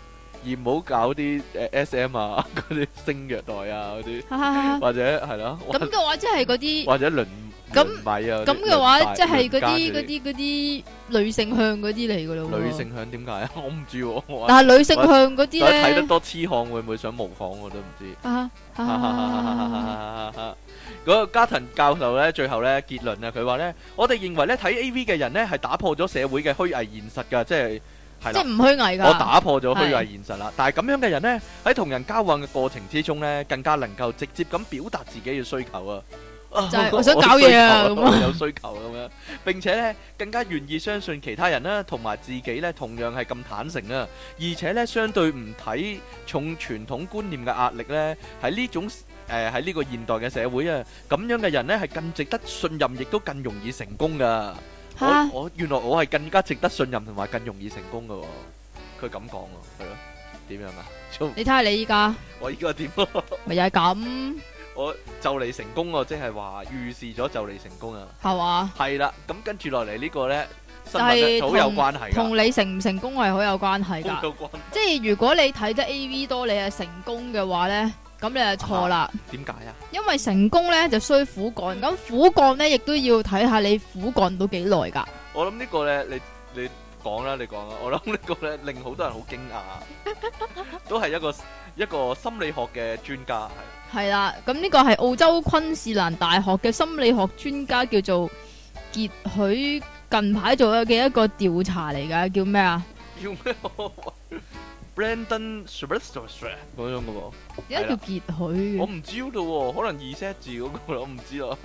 S1: 而唔好搞啲誒 S.M. 啊， 嗰啲性虐待啊嗰啲，
S2: 哈哈哈
S1: 或者係咯，或
S2: 咁嘅話，即係嗰啲
S1: 或者輪
S2: 咁
S1: 輪米啊，
S2: 咁嘅話，
S1: 輪帶
S2: 即係
S1: 輪
S2: 嗰啲
S1: 奸
S2: 嗰啲嗰啲女性向嗰啲嚟噶咯喎。
S1: 女性向點解啊？ 我唔知喎，我
S2: 但係女性向嗰啲
S1: 我睇得
S2: 咧，
S1: 多痴漢會唔會想模仿我都唔知。
S2: 啊啊，
S1: 嗰個加藤教授咧，最後咧結論啊，佢話咧，我哋認為咧睇 A.V. 嘅人咧係打破咗社會嘅虛偽現實㗎，即係係
S2: 即
S1: 啦。
S2: 係唔虛偽㗎。
S1: 我打破咗虛偽現實啦。但係咁樣嘅人呢，喺同人交往嘅過程之中呢，更加能夠直接咁表達自己嘅需求啊！
S2: 就 係我想搞嘢啊
S1: 我有需求
S2: 咁啊
S1: 我有需求啊咁樣。並且呢，更加願意相信其他人啦，同埋自己呢，同樣係咁坦誠啊。而且呢，相對唔睇重傳統觀念嘅壓力呢，喺呢種誒喺呢個現代嘅社會啊，咁樣嘅人呢，係更值得信任，亦都更容易成功噶。
S2: 嚇
S1: 我我原來我係更加值得信任同埋更容易成功噶喎、佢咁講喎，係咯，點樣啊？ 做
S2: 你睇下你依家
S1: 我依家點啊？
S2: 咪又係咁
S1: 我就嚟成功喎，即係話預示咗就嚟成功啊！
S2: 係嘛？
S1: 係啦，咁跟住落嚟呢個咧新
S2: 就
S1: 聞
S2: 係
S1: 咧好有
S2: 同
S1: 關係㗎，
S2: 同你成唔成功係好有關係
S1: 好
S2: 㗎。
S1: 有關。
S2: 即係如果你睇得 A V 多，你係成功嘅話咧，咁你就錯啦。
S1: 點解啊？
S2: 因為成功咧就需苦幹，咁苦幹咧亦都要睇下你苦幹到幾耐㗎。
S1: 我諗呢個咧，你你講啦，你講啦，我諗呢個咧令好多人好驚 訝，都係一個一個心理學嘅專家，係
S2: 系啦，咁呢個係澳洲昆士蘭大學嘅心理學專家叫做傑許，近排做嘅一個調查嚟㗎，叫咩啊？
S1: 叫咩？Brandon s h r e s t e r 嗰種嘅喎，
S2: 點解叫傑許
S1: 我
S2: 嘅？
S1: 唔知道喎，可能二 set 字嗰個啦我唔知咯。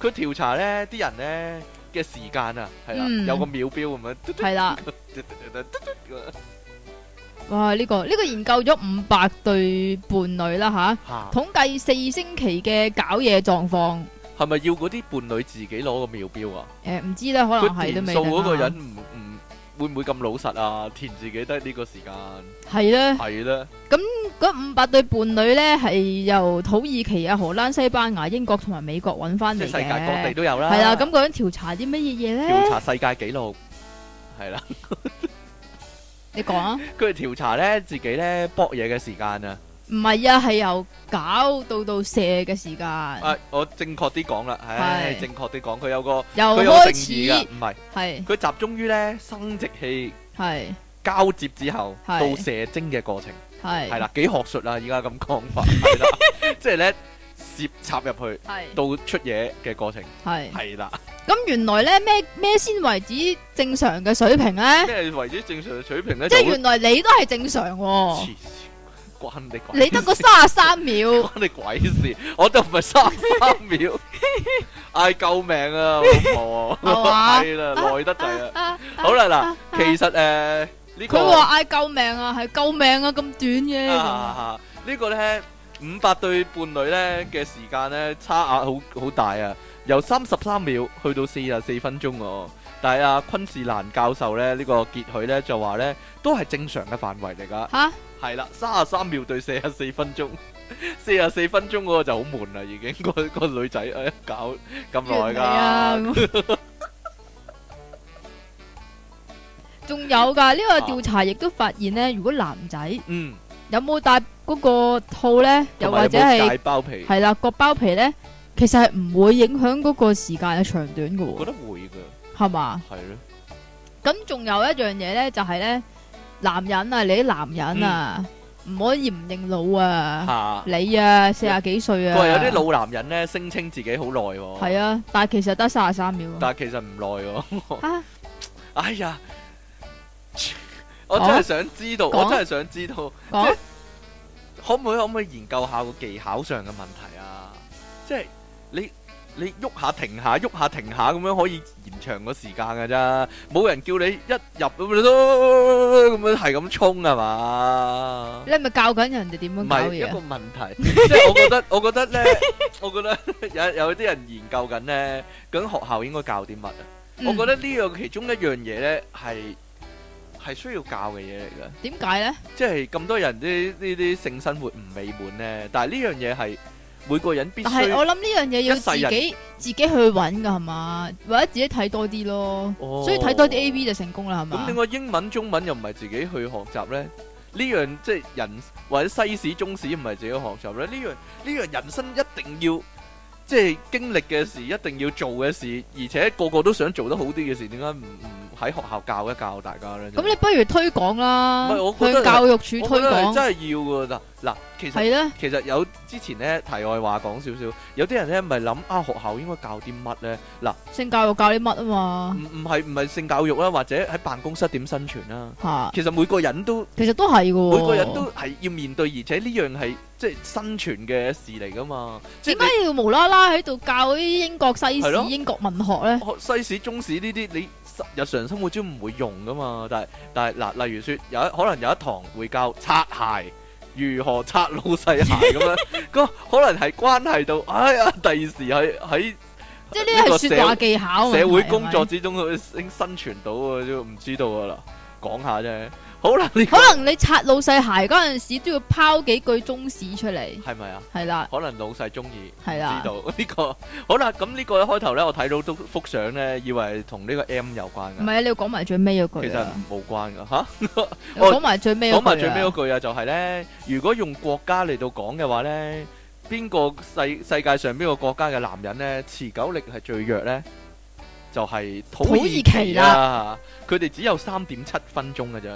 S1: 佢調查咧啲人咧嘅時間啊，係啦，
S2: 嗯
S1: 有個秒表咁樣嘟嘟
S2: 係啦，
S1: 嘟嘟嘟嘟嘟咁樣，
S2: 哇！呢、個呢、個研究咗五百對伴侶啦吓，
S1: 嚇
S2: 統計四星期嘅搞嘢狀況。
S1: 係咪要嗰啲伴侶自己攞個秒表啊？
S2: 诶、唔知咧，可能係
S1: 佢
S2: 都
S1: 填
S2: 未定啊
S1: 數
S2: 啦。
S1: 嗰個人唔唔會唔會咁老實啊？填自己得呢個時間
S2: 係咧，
S1: 係啦，
S2: 嗰五百對伴侶咧係由土耳其啊、荷蘭、西班牙、英國同埋美國揾翻
S1: 即
S2: 嚟
S1: 係
S2: 嘅。
S1: 世界各地都有啦。
S2: 係啦，咁究竟調查啲乜嘢嘢
S1: 調
S2: 咧？
S1: 查世界紀錄係啦，
S2: 你講啊！
S1: 佢哋調查咧自己咧搏嘢嘅時間啊。
S2: 唔係啊，係由搞到到射嘅時間，
S1: 啊，我正確啲講啦，唉，
S2: 係
S1: 正確啲講，佢有個
S2: 由
S1: 佢有個
S2: 開
S1: 定義㗎，
S2: 始
S1: 唔係
S2: 係
S1: 佢集中於咧生殖器
S2: 係
S1: 交接之後
S2: 係
S1: 到射精嘅過程。
S2: 係
S1: 係啦，幾學術啦，而家咁講法，係啦，即係咧攝插入去
S2: 係
S1: 到出嘢嘅過程，
S2: 係
S1: 係啦，
S2: 咁原來咧咩咩先為止正常嘅水平咧？
S1: 咩為之正常嘅水平咧？
S2: 即係
S1: 就會
S2: 原來你都係正常喎，
S1: 黐線，關你鬼
S2: 你得個
S1: 事
S2: 三十三秒，
S1: 關你鬼事，我都唔係三三秒，嗌救命啊，老婆，
S2: 係 嘛
S1: 係啦，耐得滯啊，
S2: 啊
S1: 好啦，嗱，其實誒呢
S2: 佢
S1: 個。
S2: 話嗌救命啊，係救命啊，咁短嘅咁
S1: 啊呢個呢，五百對伴侶呢嘅時間呢，差額好好大啊，由三十三秒去到四十四分鐘喎。但係阿昆士蘭教授呢，呢、個傑許呢，就話呢，都係正常嘅範圍嚟㗎。
S2: 吓
S1: 係啦，三十三秒對四十四分鐘， 四十四分鐘嗰個就好悶啦，已經 個個女仔哎呀搞咁
S2: 原嚟
S1: 耐
S2: 啊
S1: 㗎。
S2: 咁。仲有㗎，呢個調查亦都發現咧，如果男仔
S1: 嗯，
S2: 有冇戴嗰個套咧，又
S1: 同埋
S2: 或
S1: 有
S2: 者
S1: 冇
S2: 係
S1: 解包皮？
S2: 係啦個包皮咧，其實係唔會影響嗰個時間嘅長短嘅
S1: 我覺
S2: 喎，
S1: 得會㗎，
S2: 係嘛？
S1: 係咯。
S2: 咁仲有一樣嘢咧，就係咧，男人啊，你啲男人啊，唔可以唔認老啊，
S1: 嗯嚇，
S2: 你啊四廿幾歲
S1: 佢
S2: 啊，
S1: 話有啲老男人呢，聲稱自己好耐喎。
S2: 係啊，但係其實得三十三秒啊，
S1: 但係其實唔耐喎。
S2: 啊
S1: 哎呀，我真係想知道，
S2: 講
S1: 我真係想知道，
S2: 講
S1: 可唔可以可唔可以研究下個技巧上嘅問題啊？即係你你喐下停下，喐下停下咁樣可以延長個時間㗎咋？冇人叫你一入咁樣咁樣係咁衝係嘛？
S2: 你係咪教緊人哋點
S1: 唔
S2: 樣搞
S1: 係一
S2: 嘢
S1: 個
S2: 啊？
S1: 問題， 即係我覺 得，我覺得咧，我覺得 有有啲人研究緊咧，究竟學校應該教啲乜啊？我覺
S2: 得
S1: 得呢樣其中一樣嘢咧，係係需要教嘅嘢嚟嘅，
S2: 點解咧？
S1: 即係咁多人啲呢啲性生活唔美滿咧，但係呢樣嘢係每個人必
S2: 但係
S1: 須
S2: 我諗呢樣嘢要
S1: 一世
S2: 自
S1: 人
S2: 己自己去揾㗎係嘛，或者自己睇多啲咯，
S1: 哦
S2: 所以睇多啲 A V 就成功啦係
S1: 咁
S2: 嘛
S1: 點？解英文、中文又唔係自己去學習咧？呢樣即係人或者西史、中史唔係自己學習咧？呢樣呢樣人生一定要即係經歷嘅事，一定要做嘅事，而且個個都想做得好啲嘅事，點解唔唔喺學校教一教大家咧？
S2: 咁你不如推廣啦
S1: 唔係我，覺得
S2: 向教育處
S1: 我
S2: 推
S1: 覺得係
S2: 廣
S1: 真係要噶嗱嗱，其實
S2: 係咧。
S1: 其實有之前咧題外話講少少，有啲人咧咪諗啊學校應該教啲乜咧？嗱，
S2: 性教育教啲乜啊嘛
S1: 唔唔係唔係性教育啦，或者喺辦公室點生存啦。
S2: 吓，
S1: 其實每個人都
S2: 其實都係嘅喎。
S1: 每個人都係要面對，而且呢樣係即係生存嘅事嚟噶嘛。即
S2: 點
S1: 係
S2: 解要無啦啦喺度教啲英國西
S1: 係
S2: 史
S1: 咯、
S2: 英國文學咧
S1: 你？學西史、中史呢啲，你實日常生活中唔會用噶嘛。但係但係嗱，例如說有一可能有一堂會教擦鞋。如何擦老細鞋咁樣， 嗰可能係關係到，哎呀，第二時喺喺
S2: 即係呢
S1: 呢個
S2: 啲係説話啊
S1: 社
S2: 技巧問題
S1: 社會工作
S2: 係
S1: 之中佢已經生存到啊，都唔知道噶啦，講下啫。好啦，呢
S2: 咪可能你擦老細鞋嗰陣時都要拋幾句中史出嚟，
S1: 係咪啊？
S2: 係啦，
S1: 可能老細中意，
S2: 係啦
S1: 知道 呢個好啦。咁呢個一開頭咧，我睇到都幅相咧，以為同呢個 M 有關
S2: 唔
S1: 嘅，
S2: 係啊你要講埋最尾嗰
S1: 嗯其
S2: 句
S1: 實
S2: 啊，
S1: 冇關嘅吓。
S2: 你講埋最尾嗰句啊
S1: 講埋最尾嗰句啊，就係咧，如果用國家嚟到講嘅話咧，邊個世世界上邊個國家嘅男人咧持久力係最弱咧？就係
S2: 土
S1: 土
S2: 耳
S1: 耳
S2: 其
S1: 其啊，佢哋只有三點七分鐘嘅啫。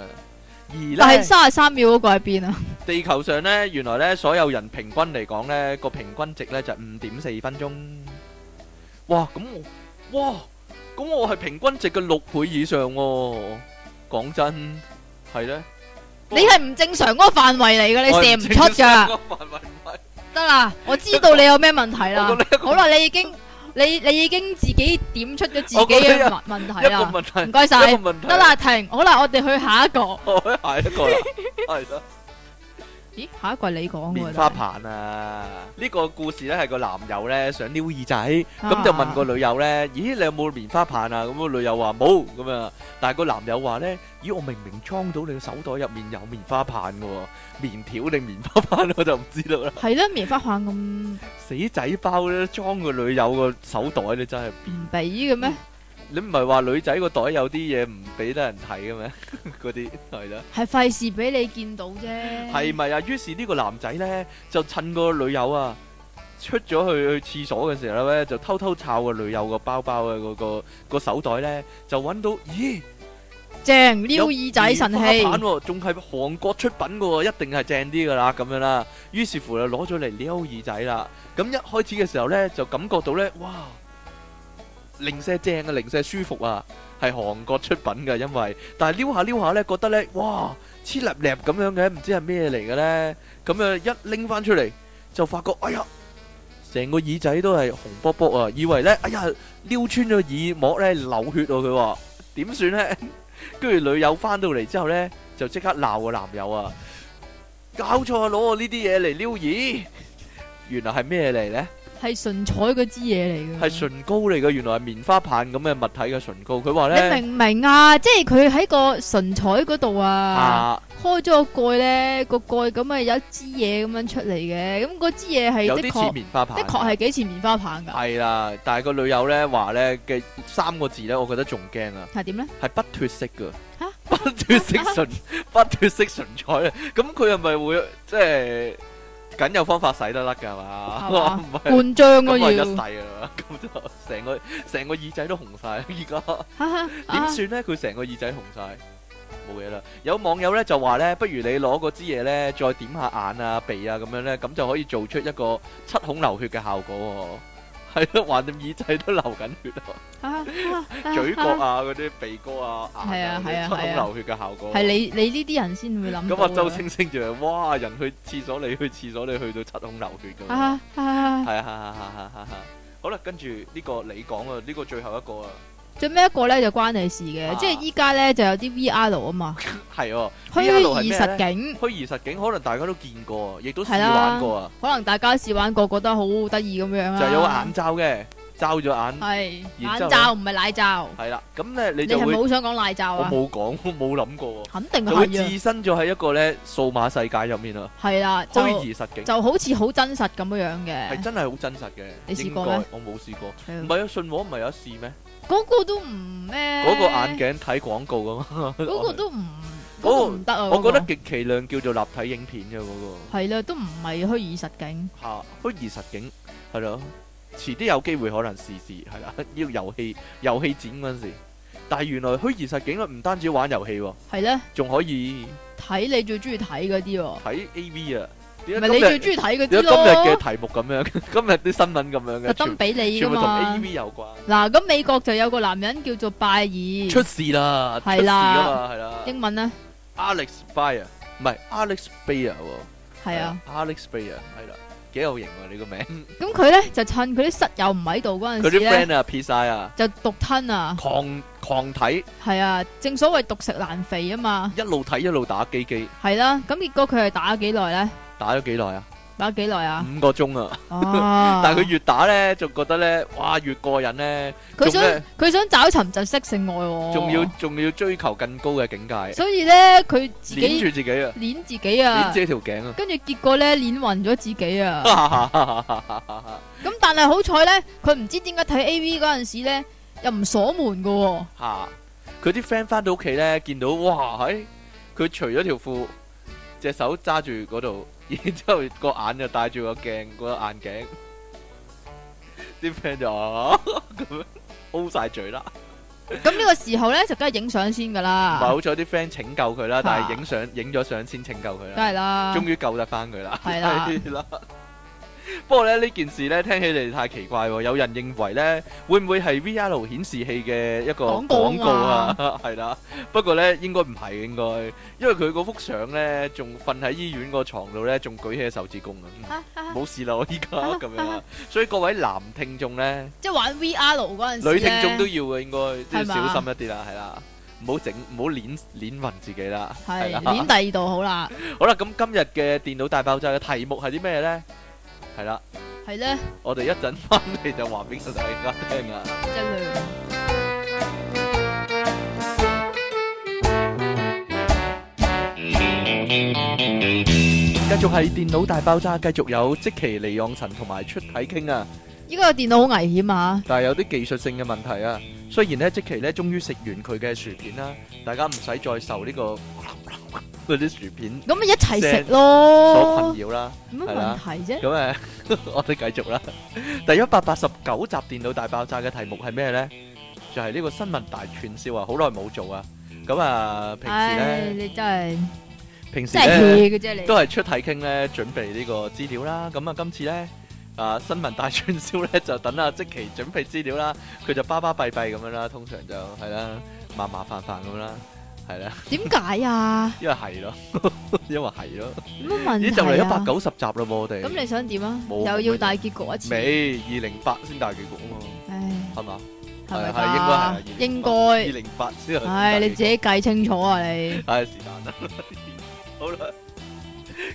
S1: 而
S2: 但
S1: 咧
S2: 係，三十三秒嗰個喺邊啊？
S1: 地球上咧，原來咧所有人平均嚟講咧個平均值咧就五點四分鐘。哇！咁我哇咁我係平均值嘅六倍以上喎、講真係咧，
S2: 你係唔正常嗰個範圍嚟嘅，你
S1: 我
S2: 射唔
S1: 清楚
S2: 出㗎。
S1: 個範圍唔係
S2: 得啦，我知道你有咩問題啦
S1: 我覺。
S2: 好啦，你已經你你已經自己點出咗自己
S1: 我覺得
S2: 嘅
S1: 一
S2: 問問
S1: 一
S2: 題啦。
S1: 個問題
S2: 唔，該晒
S1: 一個問題
S2: 得，啦，停。好啦，我哋去下一個。
S1: 我去下一個 啦，係啦。
S2: 咦，下一個你講嘅
S1: 棉
S2: 喎
S1: 花棒啊！呢個故事咧係個男友咧想撩耳仔，
S2: 啊
S1: 咁就問個女友咧：咦，你有冇棉花棒啊？咁個女友話冇咁啊，但係個男友話咧：咦，我明明裝到你個手袋入面有棉花棒嘅喎，棉條定棉花棒我就唔知道啦。
S2: 係啦，棉花棒咁唔
S1: 死仔包咧裝個女友個手袋你真係，
S2: 俾嘅
S1: 嗯
S2: 咩？
S1: 你唔係話女仔個袋有啲嘢唔俾得人睇嘅咩？ 嗰啲係啦。
S2: 係費事俾你見到啫。
S1: 係咪啊？於是呢個男仔呢，就趁個女友啊出咗去去廁所嘅時候呢，就偷偷抄個女友個包包嘅嗰、個、個手袋呢，就揾到咦
S2: 正撩耳仔神器
S1: 棉花棒喎仲係韓國出品嘅喎，一定係正啲噶啦咁樣啦。於是乎就攞咗嚟撩耳仔啦。咁一開始嘅時候呢，就感覺到呢，哇，零舍正啊，零舍舒服啊，係韓國出品嘅，因為但係撩下撩下呢，覺得呢，哇，黐立立咁樣嘅，唔知係咩嚟嘅呢。咁啊一拎翻出嚟就發覺，哎呀，成個耳仔都係紅卜卜啊，以為呢，哎呀，撩穿咗耳膜呢，流血喎、佢話點算呢？跟住女友翻到嚟之後呢，就即刻鬧個男友啊！搞錯啊，攞我呢啲嘢嚟撩耳， 原來係咩嚟呢？
S2: 係唇彩嗰支嘢嚟嘅。
S1: 係唇膏嚟嘅，原來係棉花棒咁嘅物體嘅唇膏。佢話
S2: 你
S1: 呢，
S2: 明唔明啊？即係佢喺個唇彩嗰度啊，
S1: 啊，
S2: 開咗個蓋咧，個蓋咁啊有一支嘢咁樣出嚟嘅，咁嗰支嘢係
S1: 有
S2: 的
S1: 啲似
S2: 確
S1: 棉花棒，
S2: 的確係幾似棉花棒㗎，
S1: 係啦。但係個女友呢話呢嘅三個字呢，我覺得仲驚啊！
S2: 係點咧？
S1: 係不脱色噶
S2: 嚇，
S1: 不脱色 唇，不脱色唇彩啊！咁佢係咪會即係梗有方法洗得甩㗎係 嘛？
S2: 係嘛
S1: 唔係
S2: 灌漿
S1: 咁
S2: 咯
S1: 我一
S2: 要，
S1: 世啊，咁就成個成個耳仔都紅晒，而家
S2: 點
S1: 點算呢？佢成個耳仔紅晒，冇嘢啦。有網友呢就話呢，不如你攞嗰支嘢呢，再點下眼啊、鼻啊咁樣呢，咁就可以做出一個七孔流血嘅效果喎。係咯，橫掂耳仔都流緊血 啊，嘴角啊、嗰啲鼻哥啊、
S2: 係
S1: 眼
S2: 啊係啊
S1: 七孔
S2: 係啊
S1: 流血嘅效果。
S2: 係你你呢啲人先會諗
S1: 咁啊，
S2: 到
S1: 周星星就係哇，人去廁所，你去廁所，你去到七孔流血咁樣。
S2: 啊啊啊
S1: 係啊，係係係係係好啦，跟住呢個你講啊，呢個最後一個啊，
S2: 最尾一個咧就關你事嘅
S1: 啊，
S2: 即係依家咧就有啲 VR 啊嘛，
S1: 係哦，
S2: 虛
S1: VR
S2: 擬實境，
S1: 虛擬實境可能大家都見過，亦都試
S2: 係啦
S1: 玩過啊，
S2: 可能大家試玩過覺得好得意咁樣
S1: 就
S2: 啦，
S1: 係有個眼罩嘅，罩咗眼，
S2: 係
S1: 然之後
S2: 眼罩唔係奶罩，
S1: 係啦，咁咧你
S2: 啊你
S1: 就
S2: 係咪
S1: 會，
S2: 好想講奶罩
S1: 我
S2: 啊？
S1: 冇講， 我冇諗過喎，
S2: 肯定
S1: 就會
S2: 係啊，
S1: 置身咗喺一個咧數碼世界入面啊，
S2: 係啦，就
S1: 虛擬實境
S2: 就好似好真實咁樣樣
S1: 係
S2: 嘅，
S1: 真係好真實嘅，
S2: 你試
S1: 應
S2: 過
S1: 該
S2: 咩嗯
S1: 我冇試過，唔
S2: 係
S1: 係啊，信和唔係有得試咩？
S2: 嗰個都唔咩，
S1: 嗰個眼，鏡睇廣告噶嘛，
S2: 嗰個都唔，
S1: 嗰
S2: 嗰
S1: 個
S2: 個唔得啊，
S1: 我覺
S2: 嗰
S1: 得
S2: 個
S1: 極其量叫做立體影片嘅嗰個。
S2: 係啦，都唔係虛擬實境，
S1: 吓虛擬實境係咯，遲啲有機會可能試試係啦， 要遊戲遊戲展嗰陣時，但係原來虛擬實境啊唔單止玩遊戲喎，
S2: 係咧
S1: 仲可以
S2: 睇你最中意睇嗰啲喎，
S1: 睇 A V 啊！
S2: 唔
S1: 點解
S2: 係
S1: 今
S2: 你最
S1: 日
S2: 中意睇嗰
S1: 點解今
S2: 啲
S1: 日嘅
S2: 咯，
S1: 題目咁樣， 今日啲新聞咁樣
S2: 特
S1: 嘅，
S2: 登
S1: 全
S2: 俾你
S1: 全
S2: 噶
S1: 部同 A
S2: 嘛。
S1: V 有關，
S2: 嗱，咁美國就有個男人叫做拜爾，
S1: 出事啦，出
S2: 係
S1: 事
S2: 啦
S1: 啊嘛，係啦
S2: 英文咧
S1: ，Alex Bayer 唔係 Alex Bayer 喎，
S2: 係啊。
S1: ，Alex Bayer 係啦，幾有型喎你個名，
S2: 咁佢咧就趁佢啲室友唔喺度
S1: 佢
S2: 嗰陣時
S1: 啲
S2: 咧，
S1: friend 啊撇晒啊，
S2: 就獨吞啊，
S1: 狂狂睇，
S2: 係啊，正所謂獨食難肥啊嘛，
S1: 一路睇一路打機機。
S2: 係啦、咁結果佢係打咗幾耐咧？
S1: 打咗幾耐啊？
S2: 打咗幾耐啊？
S1: 五個鐘啊！
S2: 哦，
S1: 但係佢越打咧，仲覺得咧，哇，越過癮咧，
S2: 佢
S1: 仲
S2: 想
S1: 咧
S2: 佢想找尋窒息性愛喎，
S1: 仲要仲要追求更高嘅境界，
S2: 哦所以咧佢自
S1: 攆
S2: 己
S1: 住自己啊，
S2: 捻自己啊
S1: 攆，遮條頸啊！
S2: 跟住結果咧捻暈咗自己啊。
S1: 嚇
S2: 咁但係好彩咧，佢唔知點解睇 A V 嗰陣時咧又唔鎖門噶、喎。
S1: 佢啲 friend 翻到屋企咧，見到哇，喺佢除咗條褲，隻手揸住嗰度，然之後個眼就戴住個鏡個眼鏡，啲 friend 哦就啊咁樣，O 晒嘴啦。
S2: 咁呢個時候咧就梗係影相先
S1: 唔
S2: 噶
S1: 係
S2: 啦，
S1: 好彩啲 friend 拯救佢啦，但係影相影咗相先拯救佢啦，
S2: 梗係啦
S1: 終，於救得翻佢啦。
S2: 係啦
S1: 係啦。不過咧呢件事咧聽起嚟太奇怪喎，有人認為咧會唔會係 VR 顯示器嘅一個
S2: 廣告啊
S1: 廣告啊？ 係啦，不過咧應該唔係應該，因為佢嗰幅相咧仲瞓喺醫院個床度咧，仲舉起手指公啊！嗯冇事啦，我依家咁樣啦。所以各位男聽眾咧。
S2: 即係玩 VR 嗰陣時
S1: 女聽眾都
S2: 咧，
S1: 要嘅，應該
S2: 係
S1: 都
S2: 嘛
S1: 要小心一啲啦，係啦，唔好整，唔好攣攣暈自己啦，係啊
S2: 係
S1: 啦。
S2: 攣第二度好啦，
S1: 好啦，咁今日嘅電腦大爆炸嘅題目係啲咩咧？係啦，
S2: 係咧
S1: 我哋一陣翻嚟就話俾大家聽啊！
S2: 即係佢
S1: 繼續係電腦大爆炸，繼續有即其離昂神同埋出體傾啊！
S2: 依家個電腦好危險啊，
S1: 但係有啲技術性嘅問題啊。雖然咧，即期咧終於食完佢嘅薯片啦，大家唔使再受呢、個嗰啲薯片
S2: 咁咪一齊食
S1: 所困
S2: 咯，
S1: 擾啦。
S2: 有乜問題啫？
S1: 咁誒， 我哋繼續啦。第一百八十九集電腦大爆炸嘅題目係咩呢？就係呢個新聞大串燒啊！好耐冇做啊。咁啊，平時
S2: 唉，
S1: 呢，
S2: 你真係
S1: 平時
S2: 真係
S1: 呢
S2: hea 嘅啫
S1: 都
S2: 你，
S1: 係出體傾呢準備呢個資料啦。咁啊，今次呢，啊新聞大串燒呢，就等阿即期準備資料啦。佢就巴巴閉閉咁樣啦，通常就係啦，麻麻煩煩咁啦，係啦，
S2: 點解啊？
S1: 因為係咯， 因為係咯。
S2: 有乜問題
S1: 咦，
S2: 啊
S1: 就嚟一百九十集啦喎，我哋
S2: 咁你想點啊？
S1: 冇
S2: 又要大結局一次，
S1: 尾二零八先大結局啊嘛。
S2: 唉，
S1: 係嘛？
S2: 係
S1: 係係
S2: 咪㗎？應
S1: 二
S2: 該，
S1: 零八之後，
S2: 唉，你自己計清楚啊你。
S1: 唉是但 啦。好啦，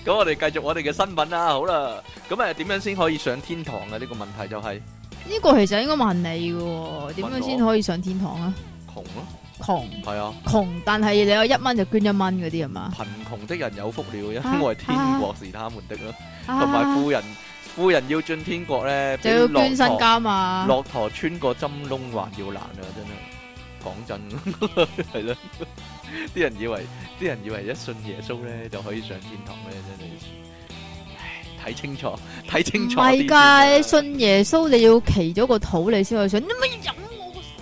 S1: 咁我哋繼續我哋嘅新聞啦。好啦，咁誒點樣先可以上天堂嘅呢個問題就係
S2: 呢個其實應該問你嘅喎，點樣先可以上天堂啊？
S1: 窮咯，
S2: 窮
S1: 係啊，
S2: 窮，但係你有一蚊就捐一蚊嗰啲係嘛？
S1: 貧窮的人有福了，因
S2: 啊
S1: 為天國是他們的咯。
S2: À.
S1: 同埋富人，富人要進天國咧，
S2: 就要
S1: 比駱
S2: 捐身
S1: 駝
S2: 家嘛？
S1: 骆驼穿過針窿還要難啊！真係講真， 係咯，啲人以為啲人以為一信耶穌咧就可以上天堂咧，真係唉睇清楚， 睇
S2: 唔
S1: 清楚啲
S2: 係㗎，你
S1: 先啊。
S2: 信耶穌你要祈咗個肚你先可以上，你咪飲我個手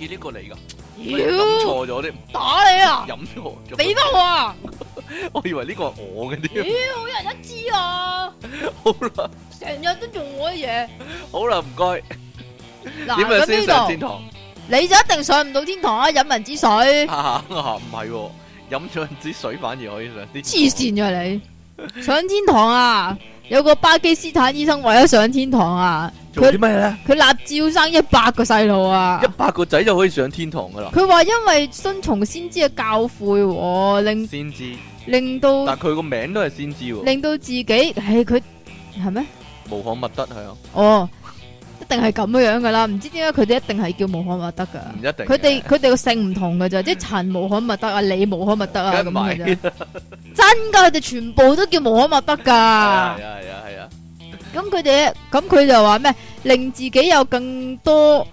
S1: 咦？呢個嚟㗎？
S2: 你，
S1: 喂飲
S2: 妖
S1: 錯咗啲，
S2: 打你啊！
S1: 飲錯咗。
S2: 俾翻我啊！
S1: 我以為呢個係我嘅
S2: 妖
S1: 添。
S2: 一人一支啊！
S1: 好啦，
S2: 成日都做我啲嘢，
S1: 好啦，唔該。
S2: 嗱
S1: 點樣先上
S2: 咁
S1: 天
S2: 呢度
S1: 堂？
S2: 你就一定上唔到天堂啊！飲人之水，黐
S1: 啊唔係喎，飲咗人支水反而可以上天堂。
S2: 線㗎你！上天堂啊！有個巴基斯坦醫生為咗上天堂啊，
S1: 做啲咩咧？
S2: 佢立照生一百個細路啊
S1: 一！百個仔就可以上天堂㗎啦，
S2: 佢話因為遵從先知嘅教誨喎，令
S1: 先知。
S2: 令到
S1: 但佢個名都係先知喎，
S2: 令到自己，唉，佢係咩？
S1: 無可物得係啊，
S2: 哦，一定係咁樣樣噶啦，唔知點解佢哋一定係叫無可物德噶
S1: 唔。一定嘅。嗯
S2: 佢 哋佢哋個姓唔同噶咋，即係陳無可物德啊，李無可物德啊咁
S1: 梗係
S2: 嘅
S1: 唔
S2: 咋
S1: 係，
S2: 真噶，佢哋全部都叫無可物德
S1: 係
S2: 噶
S1: 啊。係啊係啊，
S2: 咁佢哋咁佢就話咩，令自己有更多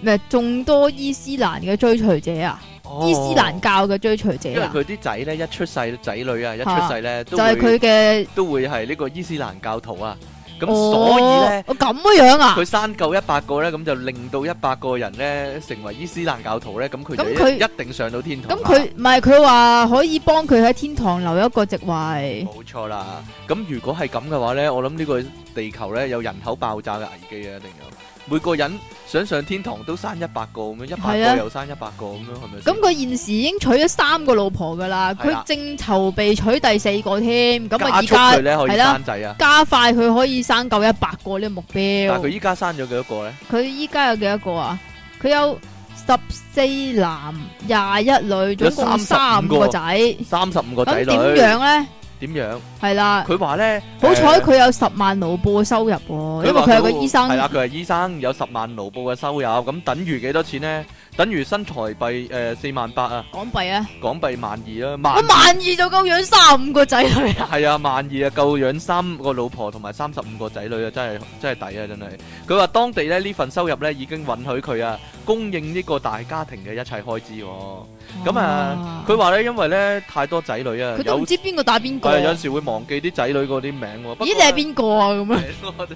S2: 咩眾多伊斯蘭嘅追隨者啊，
S1: 哦
S2: 伊斯蘭
S1: 教，
S2: 教嘅追隨
S1: 因
S2: 者
S1: 為
S2: 啊，
S1: 佢啲仔咧一出世仔女啊，一出世咧
S2: 就
S1: 都
S2: 係佢
S1: 會
S2: 嘅。
S1: 都會係呢個伊斯蘭教徒啊，咁
S2: 哦
S1: 所以咧。
S2: 哦咁嘅樣啊
S1: 佢，生夠一百個咧，咁就令到一百個人咧成為伊斯蘭教徒咧，咁佢就
S2: 咁佢
S1: 一一定上到天堂
S2: 咁
S1: 啦。
S2: 佢唔係佢話可以幫佢喺天堂留一個席位，
S1: 冇錯啦。咁如果係咁嘅話咧，我諗呢個地球咧有人口爆炸嘅危機啊，一定有。每個人想上天堂都生一百個咁樣，一百
S2: 係啊
S1: 個又生一百個咁樣，係咪先？
S2: 咁佢現時已經娶咗三個老婆噶啦，
S1: 係啦
S2: 佢正籌備娶第四個添，咁啊
S1: 加
S2: 而
S1: 速佢
S2: 家
S1: 咧可以
S2: 係啦
S1: 生仔啊！
S2: 加快佢可以生夠一百個呢個目
S1: 但係佢
S2: 標。
S1: 依家生咗幾多個咧？
S2: 佢依家有幾多個啊？佢有十四男廿一女，總共
S1: 35
S2: 三
S1: 個
S2: 個仔。
S1: 三十五個仔
S2: 咁
S1: 女，
S2: 點樣呢？
S1: 點樣？
S2: 係啦，
S1: 佢話咧，
S2: 好
S1: 誒
S2: 彩佢有十萬盧布嘅收入喎，因為
S1: 話
S2: 佢係個
S1: 都
S2: 醫生
S1: 係。啦，佢係醫生，有十萬盧布嘅收入，咁等於幾多錢咧？等於新台幣誒四萬八啊，
S2: 港幣啊，
S1: 港幣萬二啦，
S2: 我
S1: 萬
S2: 萬二就夠養三五個仔女啦。
S1: 係啊，萬二啊，夠養三個老婆同埋三十五個仔女啊，真係真係抵啊，真係。佢話當地咧呢份收入咧已經允許佢啊，供應呢個大家庭嘅一切開支喎。咁
S2: 哇
S1: 啊，佢話咧，因為咧太多仔女啊，
S2: 佢都
S1: 有
S2: 唔知邊個打邊個。啊
S1: 係有陣
S2: 咦，
S1: 時會忘記啲仔女嗰啲名喎。不過
S2: 你係邊個啊？咁啊，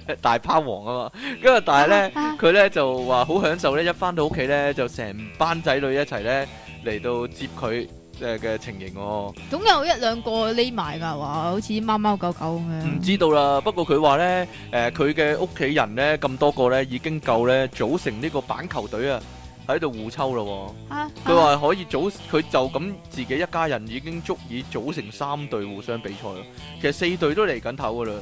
S1: 係大拋王啊嘛，跟住但係咧，佢咧就話好享受咧，一翻到屋企咧就成班仔女一齊咧嚟到接佢誒嘅情形喎、
S2: 總有一兩個匿埋㗎，話好似貓貓狗狗咁
S1: 唔
S2: 樣。
S1: 知道啦，不過佢話咧，誒佢嘅屋企人咧咁多個咧已經夠咧組成呢個板球隊啊，喺度互抽咯
S2: 啊
S1: 喎。佢話可以組，佢就咁自己一家人已經足以組成三隊互相比賽咯。其實四隊都嚟緊頭噶啦，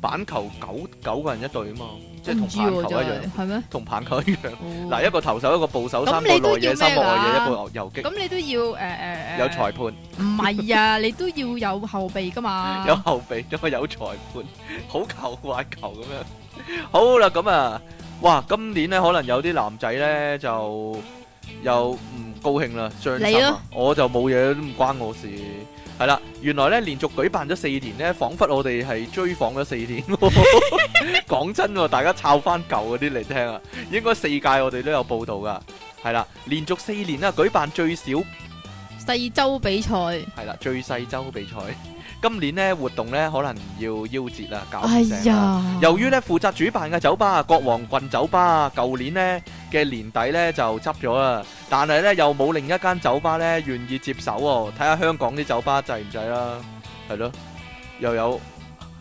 S1: 板球九九個人一隊啊嘛，即係同棒球一樣，
S2: 係咩？
S1: 同棒球一樣。
S2: 哦
S1: 嗱，一個投手，一個捕手，
S2: 咁
S1: 三個
S2: 你都
S1: 內野，
S2: 要
S1: 三個
S2: 咩
S1: 外野，
S2: 㗎
S1: 一個遊擊，
S2: 咁你都要诶诶
S1: 有裁判，
S2: 唔係啊， 你都要有後備㗎嘛。
S1: 有後備，因為有裁判，好球壞球咁樣。好啦，咁啊，哇！今年咧可能有啲男仔咧就又唔高興啦，傷
S2: 你
S1: 心
S2: 咯
S1: 啊！我就冇嘢，都唔關我事。係啦，原來咧連續舉辦咗四年咧，彷彿我哋係追訪咗四年。 講真喎，大家抄翻舊嗰啲嚟聽啊，應該四屆我哋都有報導噶。係啦，連續四年啦，舉辦最少
S2: 細周比賽，
S1: 係啦，最細周比賽。 今年呢活動呢可能要夭折啦，搞
S2: 哎
S1: 唔成啦。
S2: 呀，
S1: 由於呢負責主辦嘅酒吧國王郡酒吧，舊年呢嘅年底呢就執咗啦，但係呢又冇另一間酒吧呢願意接手喎，睇下香港啲酒吧制唔制啦，係咯，又有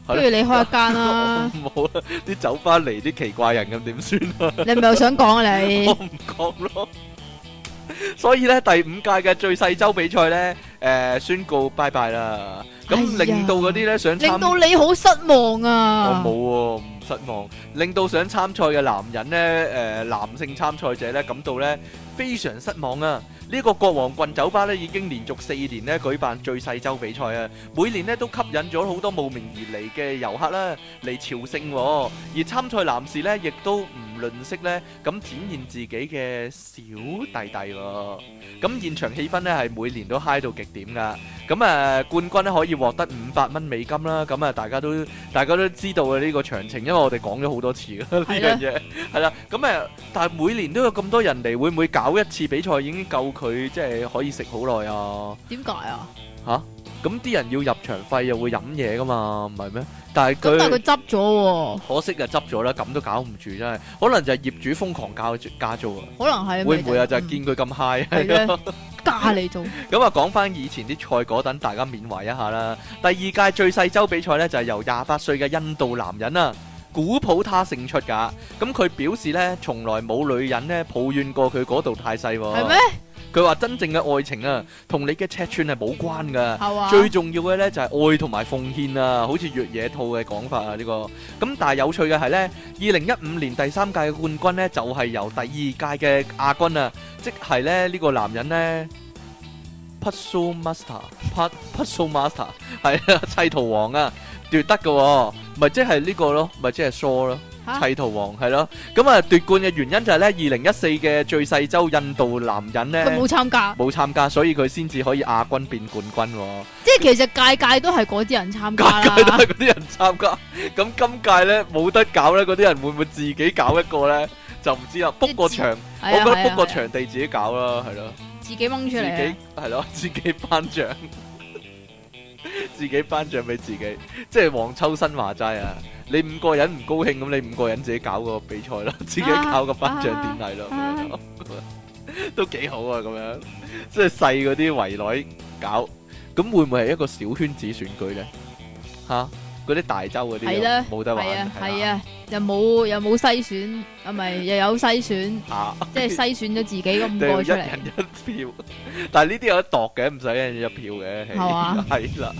S2: 不如你開一 間啦，
S1: 冇啦，啲酒吧嚟啲奇怪人咁點算啊？
S2: 你係咪又想講啊你
S1: 我？唔講咯。所以咧，第五屆嘅最細周比賽咧，誒、宣告拜拜啦。咁、
S2: 哎呀
S1: 令到嗰啲咧想參
S2: 令到你好失望啊！
S1: 我冇喎、唔失望。令到想參賽嘅男人咧，誒、男性參賽者咧，感到咧非常失望啊！呢、個國王棍酒吧咧已經連續四年咧舉辦最細周比賽啊，每年咧都吸引咗好多慕名而嚟嘅遊客啦嚟朝聖、喎。而參賽男士咧亦都唔吝惜咧咁展現自己嘅小弟弟、喎。咁現場氣氛咧係每年都嗨到極點噶。咁啊、冠軍咧可以獲得五百蚊美金啦。咁啊大家都大家都知道啊嘅呢個詳情，因為我哋講咗好多次啦呢
S2: 係啊
S1: 樣
S2: 啦
S1: 嘢。係啦，咁誒，但係每年都有咁多人嚟，會唔會搞一次比賽已經夠佢即係可以食好耐啊？
S2: 點解啊？
S1: 咁啲人要入場費又會飲嘢噶嘛，唔係咩？但係
S2: 咁但係佢
S1: 佢
S2: 執咗喎，
S1: 可惜就執咗啦，咁都搞唔住真係，可能就係業主瘋狂加加租啊！
S2: 可能係
S1: 會唔會啊？就係
S2: 係
S1: 見佢咁 high
S2: 係咧加你做
S1: 咁啊，講翻以前啲賽果，等大家緬懷一下啦。第二屆最細洲比賽呢，就係、由廿八歲嘅印度男人啊，古普他勝出㗎。咁佢表示呢，從來冇女人呢抱怨過佢嗰度太細喎。
S2: 係咩？
S1: 佢話真正嘅愛情啊，同你嘅尺寸係冇關㗎。
S2: 係嘛？
S1: 最重要嘅呢就係愛同埋奉獻啊，好似越野兔嘅講法啊呢、個。咁但係有趣嘅係呢，二零一五年第三屆嘅冠軍呢，就係、由第二屆嘅亞軍啊，即係咧呢、呢個男人呢 p u z z l Master p u z z l Master 係啊 砌圖王啊奪得嘅、喎，咪即係呢個咯，咪即係 Shaw 咯。
S2: 嚇
S1: 砌圖王係咯，咁啊奪冠嘅原因就係呢，二零一四嘅最細洲印度男人呢
S2: 佢冇參加，
S1: 冇參加，所以佢先至可以亞軍變冠軍、喎。
S2: 即係其實屆屆都係嗰啲人參加
S1: 屆屆都
S2: 啦。啊
S1: 係嗰啲人參加， 咁今屆咧冇得搞咧，嗰啲人會唔會自己搞一個咧？就唔知啦。book 個場，我
S2: 係
S1: 覺
S2: 啊
S1: 得
S2: 係啊
S1: book 個
S2: 係啊
S1: 場地自己搞啦，係咯，
S2: 自己掹出
S1: 自
S2: 嚟
S1: 己
S2: 啊。
S1: 係咯， 自己頒獎， 自己頒獎俾自己，即係黃秋生話齋啊！你五個人唔高興，咁你五個人自己搞個比賽啦， 自己搞個頒獎典禮咯，
S2: 啊
S1: 咁樣咯 都幾好啊！咁樣即係細嗰啲圍內搞，咁會唔會係一個小圈子選舉咧？吓，嗰啲大洲嗰啲
S2: 係
S1: 就
S2: 啦
S1: 冇得玩，
S2: 係啊，係
S1: 啊
S2: 啊，又冇又冇篩選，啊咪又有篩 選，
S1: 嚇，
S2: 即係篩選咗自己咁
S1: 就要
S2: 個
S1: 一
S2: 出嚟
S1: 人。一票， 但係呢啲有得度嘅，唔使一人一票嘅，
S2: 係嘛
S1: 係啦。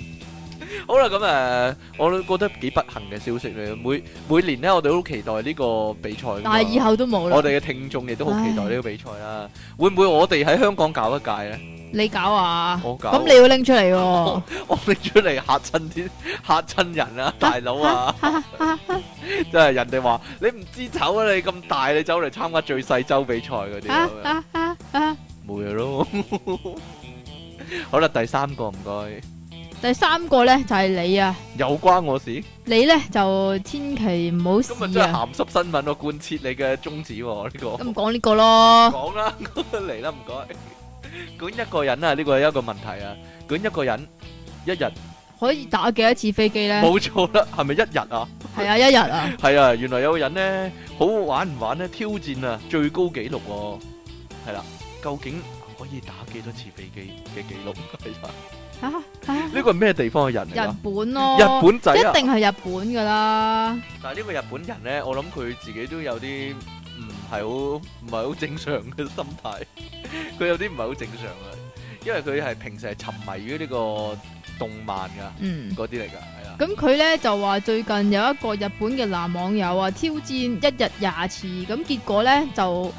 S1: 好啦，咁誒、呃我都覺得幾不幸嘅消息咧。每每年咧，我哋都好期待呢個比賽㗎嘛。
S2: 但係以後都冇啦。
S1: 我哋嘅聽眾亦都好期待呢個比賽啦。會唔會我哋喺香港搞一屆咧？
S2: 你搞啊？
S1: 我搞
S2: 咁你要拎出嚟喎。 啊
S1: 我拎出嚟嚇親啲嚇親人 啊，大佬啊！真係人哋話你唔知醜啊，你咁大你走嚟參加最細洲比賽嗰啲 咁
S2: 啊
S1: 樣，
S2: 啊啊啊！
S1: 冇嘢咯。好啦，第三個唔該，
S2: 第三個咧就係你啊，
S1: 又關我事？
S2: 你咧就千祈唔好
S1: 今日
S2: 試
S1: 真係
S2: 啊，
S1: 鹹濕新聞喎，貫徹你嘅宗旨喎，呢個。
S2: 咁講呢個咯，
S1: 講 啦，嚟啦，唔該。管一個人啊，呢個係一個問題啊。管一個人一日，
S2: 可以打幾多次飛機咧？
S1: 冇錯啦，係咪一日啊？
S2: 係啊，一日 啊，
S1: 係啊，原來有個人咧，好好玩唔玩咧？挑戰啊，最高紀錄喎。係啦，究竟可以打幾多次飛機嘅紀 錄？係啊，
S2: 嚇嚇
S1: 呢個係咩地方嘅人嚟
S2: 日
S1: 㗎？
S2: 本咯，
S1: 日本仔啊
S2: 一！定係日本噶啦，
S1: 但係呢個日本人咧，我諗佢自己都有啲唔係好唔係好正常嘅心態，佢有啲唔係好正常啊，因為佢係平時係沉迷於呢個動漫噶
S2: 嗯。
S1: 嗰啲嚟㗎，係啊，，
S2: 咁佢咧就話最近有一個日本嘅男網友啊挑戰一日廿次，咁結果咧就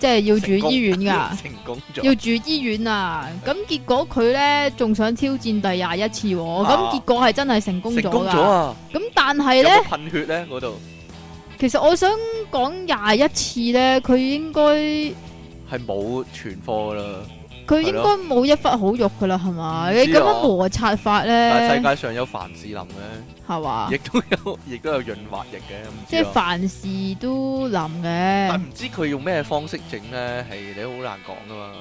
S2: 即係要住醫院噶
S1: 成功咗，
S2: 要住醫院啊！咁結果佢咧仲想挑戰第廿一次、喎，咁、
S1: 啊
S2: 結果係真係成功
S1: 成
S2: 咗
S1: 功咗
S2: 噶。
S1: 啊！
S2: 咁但係
S1: 有
S2: 咧
S1: 冇，噴血咧嗰度
S2: 其實我想講廿一次咧，佢應該
S1: 係冇存貨㗎啦，
S2: 佢
S1: 係
S2: 應
S1: 咯
S2: 該冇一忽好肉噶啦，係嘛？
S1: 唔
S2: 你
S1: 知
S2: 咁
S1: 啊
S2: 樣摩擦法
S1: 但係世
S2: 咧，
S1: 界上有凡士林咧，
S2: 係嘛？
S1: 亦都有亦都有潤滑液嘅，唔知
S2: 啊即係
S1: 啊
S2: 凡事都諗嘅
S1: 但，唔知佢用咩方式整咧，係你好難講噶嘛。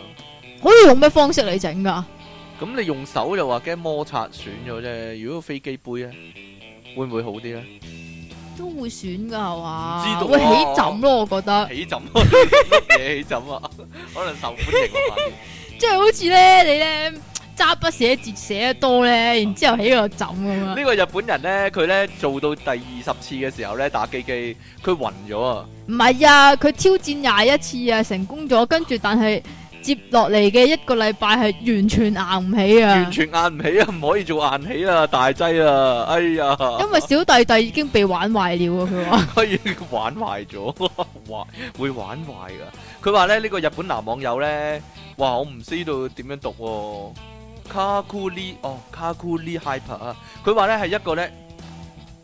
S2: 可以用咩方式嚟整㗎？
S1: 咁你用手就話驚摩擦損咗啫，如果飛機杯咧，會唔會好啲咧？
S2: 都會選噶係
S1: 唔
S2: 嘛？
S1: 知道啊
S2: 會起枕咯，我覺得，
S1: 起枕啊乜嘢起枕啊？ 可能受歡迎啊，反
S2: 即係好似咧你咧揸筆寫字寫得多咧，然之後起個枕咁
S1: 而
S2: 啊，
S1: 呢個日本人咧，佢咧做到第二十次嘅時候咧，打機機佢暈咗啊！
S2: 唔係啊，佢挑戰廿一次啊，成功咗，跟住但係接落嚟嘅一個禮拜係完全硬唔起
S1: 完
S2: 啊，
S1: 全硬唔起啊，唔可以做硬起啊，大劑啊！哎呀，
S2: 因為小弟弟已經被玩壞了 啊，佢話
S1: 可以玩壞咗， 玩會玩壞噶。佢話咧呢個日本男網友咧，哇！我唔知道點樣讀喎，卡庫利哦，卡庫利 hyper 啊。佢話咧係一個咧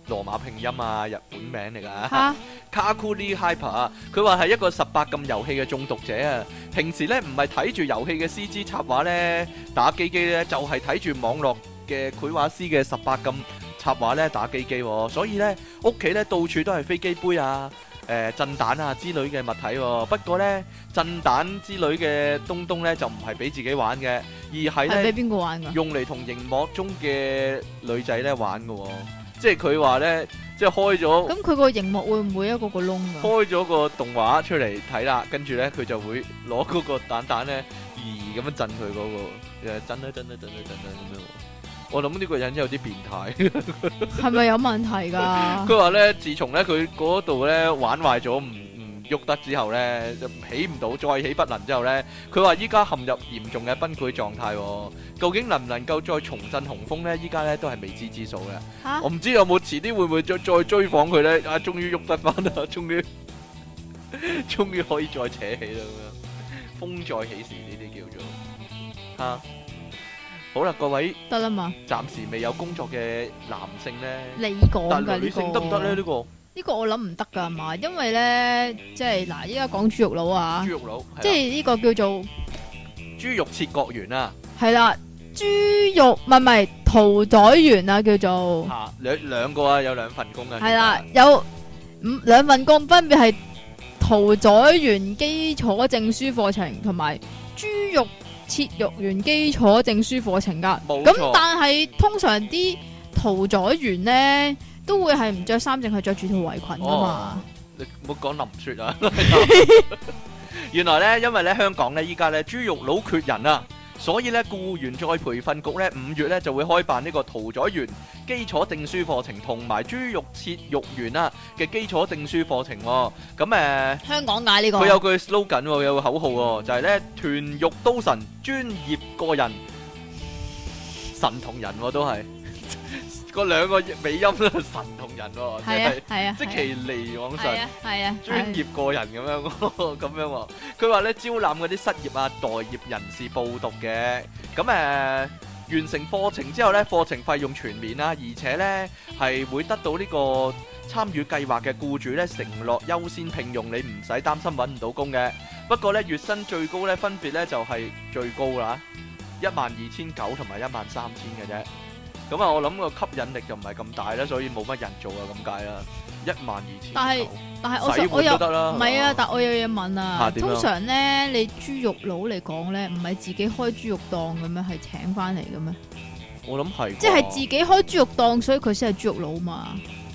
S1: 羅馬拼音啊，日本名嚟噶。
S2: 吓
S1: 卡庫利 hyper 啊，佢話係一個十八禁遊戲嘅中毒者啊。平時咧唔係睇住遊戲嘅 CG 插畫咧打機機咧，就係睇住網絡嘅繪畫師嘅十八禁插畫咧打機機喎，所以咧屋企咧到處都係飛機杯啊、誒、震蛋啊之類嘅物體喎。不過咧震蛋之類嘅東東咧就唔係俾自己玩嘅，而係
S2: 係
S1: 咧
S2: 俾邊個玩㗎？
S1: 用嚟同熒幕中嘅女仔咧玩嘅喎。即係佢話咧，即係開咗。
S2: 咁佢個熒幕會唔會一個個窿㗎？
S1: 開咗個動畫出嚟睇啦，跟住咧佢就會攞嗰個蛋蛋咧，而咁樣震佢嗰、個，誒震啦震啦震啦震啦咁樣喎。我諗呢個人有啲變態。
S2: 係咪有問題 㗎？
S1: 佢話咧，自從咧佢嗰度咧玩壞咗，唔唔喐得之後咧，就起唔到，再起不能之後咧，佢話依家陷入嚴重嘅崩潰狀態、喎。究竟能唔能夠再重振雄風咧？依家咧都係未知之數咧。
S2: 吓
S1: 我唔知有冇遲啲會唔會再再追訪佢咧？啊，終於喐得翻啦， 終於終於可以再扯起啦咁樣，風再起時呢啲叫做嚇、啊好啦，各位
S2: 得啦嘛，
S1: 暫時未有工作嘅男性咧，
S2: 你講㗎
S1: 但
S2: 呢個
S1: 女性得唔得咧？呢、個
S2: 呢個我諗唔得噶嘛，因為咧即係嗱，依家講豬肉佬啊
S1: 豬，肉佬，
S2: 即
S1: 係啦
S2: 係呢個叫做
S1: 豬肉切割員啊，
S2: 係啦，豬肉唔係唔係屠宰員啊，叫做
S1: 嚇兩兩個啊，有兩份工啊，
S2: 係啦，有五兩份工，分別係屠宰員基礎證書課程同埋豬肉切肉員基礎證書課程噶。
S1: 冇
S2: 咁
S1: 錯
S2: 但係通常啲屠宰員咧都會係唔着衫，淨係着住條圍裙噶
S1: 哦
S2: 嘛。
S1: 你唔好講林雪啊！ 原來咧，因為咧香港咧依家咧豬肉佬缺人啊，所以咧僱員再培訓局咧五月咧就會開辦呢個屠宰員基礎證書課程同埋豬肉切肉員啊嘅基礎證書課程喎、咁誒。
S2: 香港嗌呢個
S1: 佢有句 slogan 喎，有個口號喎，就係咧團肉刀神專業個人神同人喎，都係 嗰兩個尾音都係神同人喎，即
S2: 係
S1: 係
S2: 啊係啊，
S1: 即
S2: 係啊
S1: 其離往神。
S2: 啊，係啊，
S1: 專業個人咁樣喎，咁樣喎。佢話咧招攬嗰啲失業啊、待業人士報讀嘅。咁誒、呃完成課程之後咧，課程費用全免啦，而且咧係會得到呢個參與計劃嘅僱主咧承諾優先聘用你，唔使擔心揾唔到工嘅。不過咧月薪最高咧分別咧就係、最高啦，一萬二千九同埋一萬三千嘅啫。咁啊，我諗個吸引力就唔係咁大啦，所以冇乜人做啊，咁解啦。一萬二千，
S2: 但係但係我
S1: 洗
S2: 想我
S1: 碗
S2: 又
S1: 都得啦，
S2: 唔係啊，但我有嘢問
S1: 嚇
S2: 啊。
S1: 點啊
S2: 通常咧，你豬肉佬嚟講咧，唔係自己開豬肉檔嘅咩？係請翻嚟嘅咩？
S1: 哦我諗係
S2: 即係
S1: 啩
S2: 自己開豬肉檔，所以佢先係豬肉佬嘛？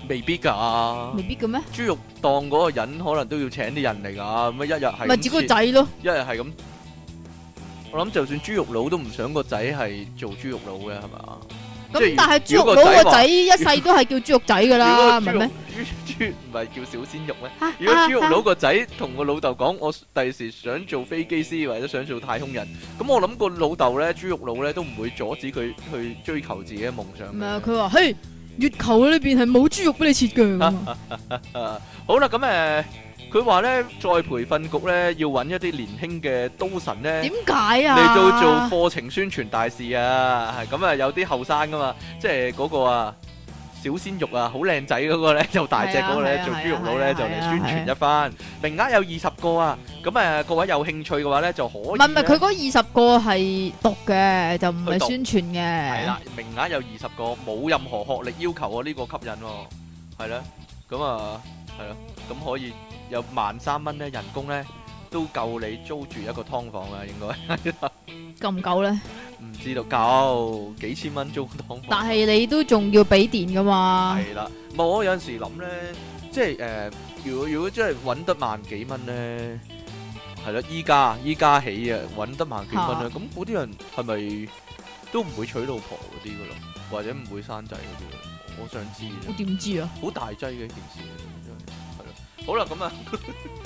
S1: 未必㗎
S2: 未。必嘅咩？
S1: 豬肉檔嗰個人可能都要請啲人嚟㗎，咁啊一日係
S2: 咪
S1: 咁
S2: 自己個
S1: 切
S2: 仔咯，
S1: 一係係咁，我諗就算豬肉佬都唔想個仔係做豬肉佬嘅，係咪啊？即係
S2: 咁但係豬
S1: 如
S2: 肉
S1: 果
S2: 佬
S1: 個仔
S2: 個
S1: 話
S2: 仔一世都係叫豬肉仔噶
S1: 如
S2: 啦，
S1: 果
S2: 唔
S1: 豬
S2: 係
S1: 肉
S2: 咩？
S1: 豬豬唔係叫小鮮肉咩？
S2: 啊
S1: 如果
S2: 啊
S1: 豬肉佬個仔同個老豆講，我第時想做飛機師或者想做太空人，咁我諗個老豆咧，豬肉佬咧都唔會阻止佢去追求自己嘅夢想
S2: 唔係啊
S1: 嘅。
S2: 佢話嘿，月球裏邊係冇豬肉俾你切嘅咁啊。
S1: 啊好啦，咁誒，佢話咧，再培訓局咧要揾一啲年輕嘅刀神咧。
S2: 點解啊？
S1: 嚟到做課程宣傳大事啊，係咁啊有啲後生噶嘛，即係嗰個啊小鮮肉啊，好靚仔嗰個咧，又大隻嗰個
S2: 係
S1: 咧，
S2: 啊
S1: 做
S2: 係啊
S1: 豬肉佬咧就
S2: 係啊
S1: 嚟
S2: 係啊
S1: 宣傳一番，名額有二十個啊，咁啊各位有興趣嘅話咧就可以
S2: 唔
S1: 呢，
S2: 係唔係，佢嗰二十個係讀嘅，就唔
S1: 佢
S2: 係
S1: 讀
S2: 宣傳
S1: 係
S2: 嘅。
S1: 啦，名額有二十個，冇任何學歷要求啊，呢個吸引喎，係啦，咁啊係啦，咁可以有萬三蚊咧人工咧都夠你租住一個劏房啊，應該。
S2: 夠唔夠咧？
S1: 唔知道夠幾千蚊租個劏
S2: 但
S1: 房，
S2: 係你都仲要俾電噶嘛？
S1: 係啦。唔係我有陣時諗咧，即係誒、呃如果如果真係揾得萬幾蚊咧，係啦，依家依家起啊，揾得萬幾蚊咧，咁嗰啲人係咪都唔會娶老婆嗰啲噶咯，或者唔會生仔嗰啲咯？我想知啫，
S2: 我點知啊？
S1: 好大劑嘅一件事嚟嘅，真係係咯。 好啦，咁啊，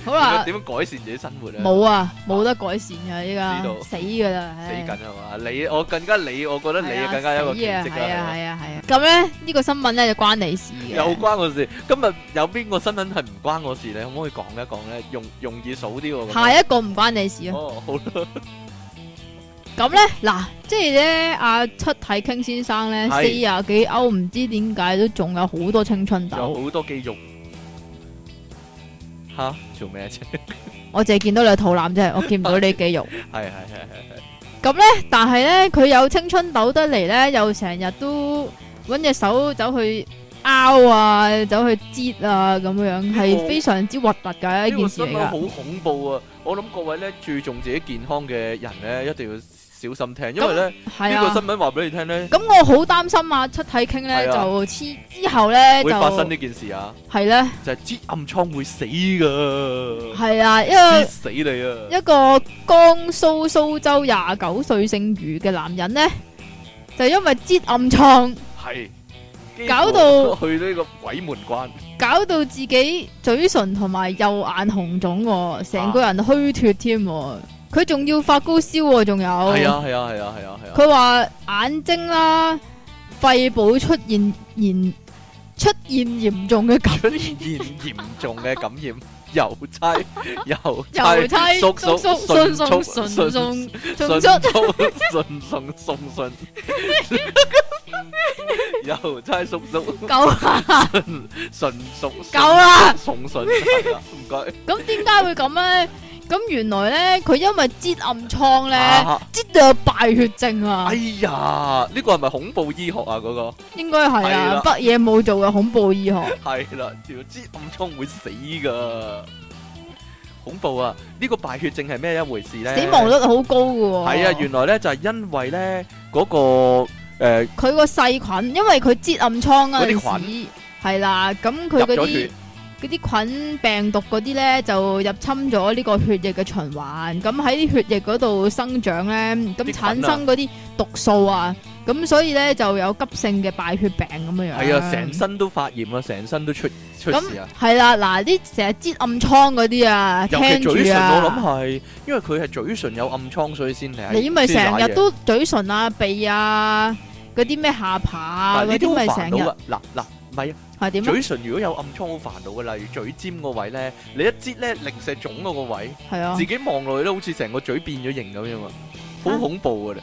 S2: 好啦，
S1: 點樣改善自己生活咧？
S2: 冇啊，冇得改善噶依家
S1: 知道，
S2: 死噶啦，
S1: 死
S2: 唉
S1: 緊係嘛？你我更加你，我覺得你
S2: 係啊
S1: 更加一個
S2: 死
S1: 奇
S2: 啊
S1: 蹟啦。
S2: 係
S1: 係啊
S2: 啊係啊係啊。咁咧呢個新聞咧就關你事嘅。
S1: 有關我事，今日有邊個新聞係唔關我事咧？可唔可以講一講咧？容容易數啲喎。咁樣
S2: 下一個唔關你事啊。
S1: 哦，好啦，
S2: 咁咧嗱，即係咧阿七體傾先生咧
S1: 係
S2: 四廿幾歐，唔知點解都仲有好多青春痘。
S1: 有好多肌 肉。吓，做咩啫？
S2: 我淨係見到你肚腩啫，我見唔到你肌肉。
S1: 係係係係係，
S2: 但系咧，佢有青春痘得嚟咧，又成日都揾隻手走去拗啊，走去擠啊，咁樣
S1: 個
S2: 係非常之核突嘅一
S1: 呢個
S2: 件事
S1: 新
S2: 嚟
S1: 聞
S2: 噶。
S1: 好恐怖啊！我諗各位咧注重自己健康嘅人咧，一定要小心聽，因為咧
S2: 係
S1: 呢個
S2: 啊，
S1: 新聞話俾你聽咧，
S2: 咁我好擔心啊，出體傾咧
S1: 係啊
S2: 就黐之後咧
S1: 會
S2: 就
S1: 發生呢件事啊，
S2: 係咧
S1: 就係擠暗瘡會死噶，
S2: 係啊，因
S1: 擠
S2: 為
S1: 死你啊！
S2: 一個江蘇蘇州廿九歲姓余嘅男人咧，就因為擠暗瘡，
S1: 係，幾乎
S2: 搞 到
S1: 去呢個鬼門關。
S2: 搞到自己嘴唇同埋右眼紅腫、喎，成個人虛脱添喎。佢仲要發高燒、喎，仲有。
S1: 啊係啊係啊係啊係啊係啊。
S2: 佢話眼睛啦、肺部出現炎出現嚴重嘅感
S1: 出現嚴重嘅感染，郵 差郵
S2: 郵
S1: 差
S2: 差
S1: 叔叔
S2: 叔
S1: 迅
S2: 迅
S1: 速
S2: 速迅
S1: 迅
S2: 速
S1: 速迅
S2: 迅速
S1: 速迅送送信， 郵差叔叔
S2: 夠啦，
S1: 迅速
S2: 夠啦！
S1: 送信，係啦唔該。
S2: 咁點解會咁咧？咁原來咧，佢因為擠暗瘡咧，
S1: 啊
S2: 擠到有敗血症啊
S1: 哎！呀，呢個係咪恐怖醫學啊？嗰個
S2: 應該係
S1: 係啦
S2: 啊，北野冇做嘅恐怖醫學。
S1: 係啦，條支暗瘡會死噶，恐怖啊！呢個敗血症係咩一回事咧？
S2: 死亡率好高嘅喎、
S1: 係啊，原來咧就係因為咧嗰個誒。
S2: 佢個細菌，因為佢擠暗瘡嗰
S1: 嗰啲
S2: 陣時，係啦，咁佢
S1: 入
S2: 嗰
S1: 咗
S2: 啲
S1: 血
S2: 嗰啲菌病毒嗰啲咧就入侵咗呢個血液嘅循環，咁喺啲血液嗰度生長咧，咁
S1: 啲菌啊
S2: 產生嗰啲毒素啊，咁所以咧就有急性嘅敗血病咁樣樣。
S1: 系啊，成身都發炎啊，成身都出出
S2: 咁
S1: 事啊！
S2: 係啦，嗱啲成日擠暗瘡嗰啲啊，
S1: 尤其
S2: 聽
S1: 嘴
S2: 住
S1: 唇，我諗
S2: 啊，
S1: 係因為佢係嘴唇有暗瘡，所以先嚟。
S2: 你咪
S1: 先
S2: 成
S1: 瀨
S2: 日
S1: 嘢
S2: 都嘴唇啊、鼻啊嗰啲咩下巴啊
S1: 嗱
S2: 嗰
S1: 呢啲
S2: 啲咪
S1: 好
S2: 成
S1: 煩
S2: 日
S1: 惱啊！嗱嗱，唔係啊，
S2: 係點啊？
S1: 嘴唇如果有暗瘡好煩惱嘅，例如嘴尖個位咧，你一擠咧零舍腫嗰個位，
S2: 係啊
S1: 自。己望落去咧，好似成個嘴變咗形咁樣啊，好
S2: 啊
S1: 恐怖噶啦！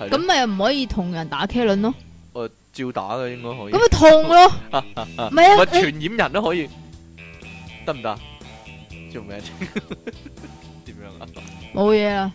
S1: 係
S2: 咁
S1: 咯，
S2: 咪唔可以同人打茄輪咯，
S1: 誒照打嘅應該可以
S2: 咁，咪痛咯， 唔
S1: 唔係
S2: 係啊，
S1: 傳染人都可 以，得唔得？做咩啫？點樣啊？
S2: 冇嘢啦。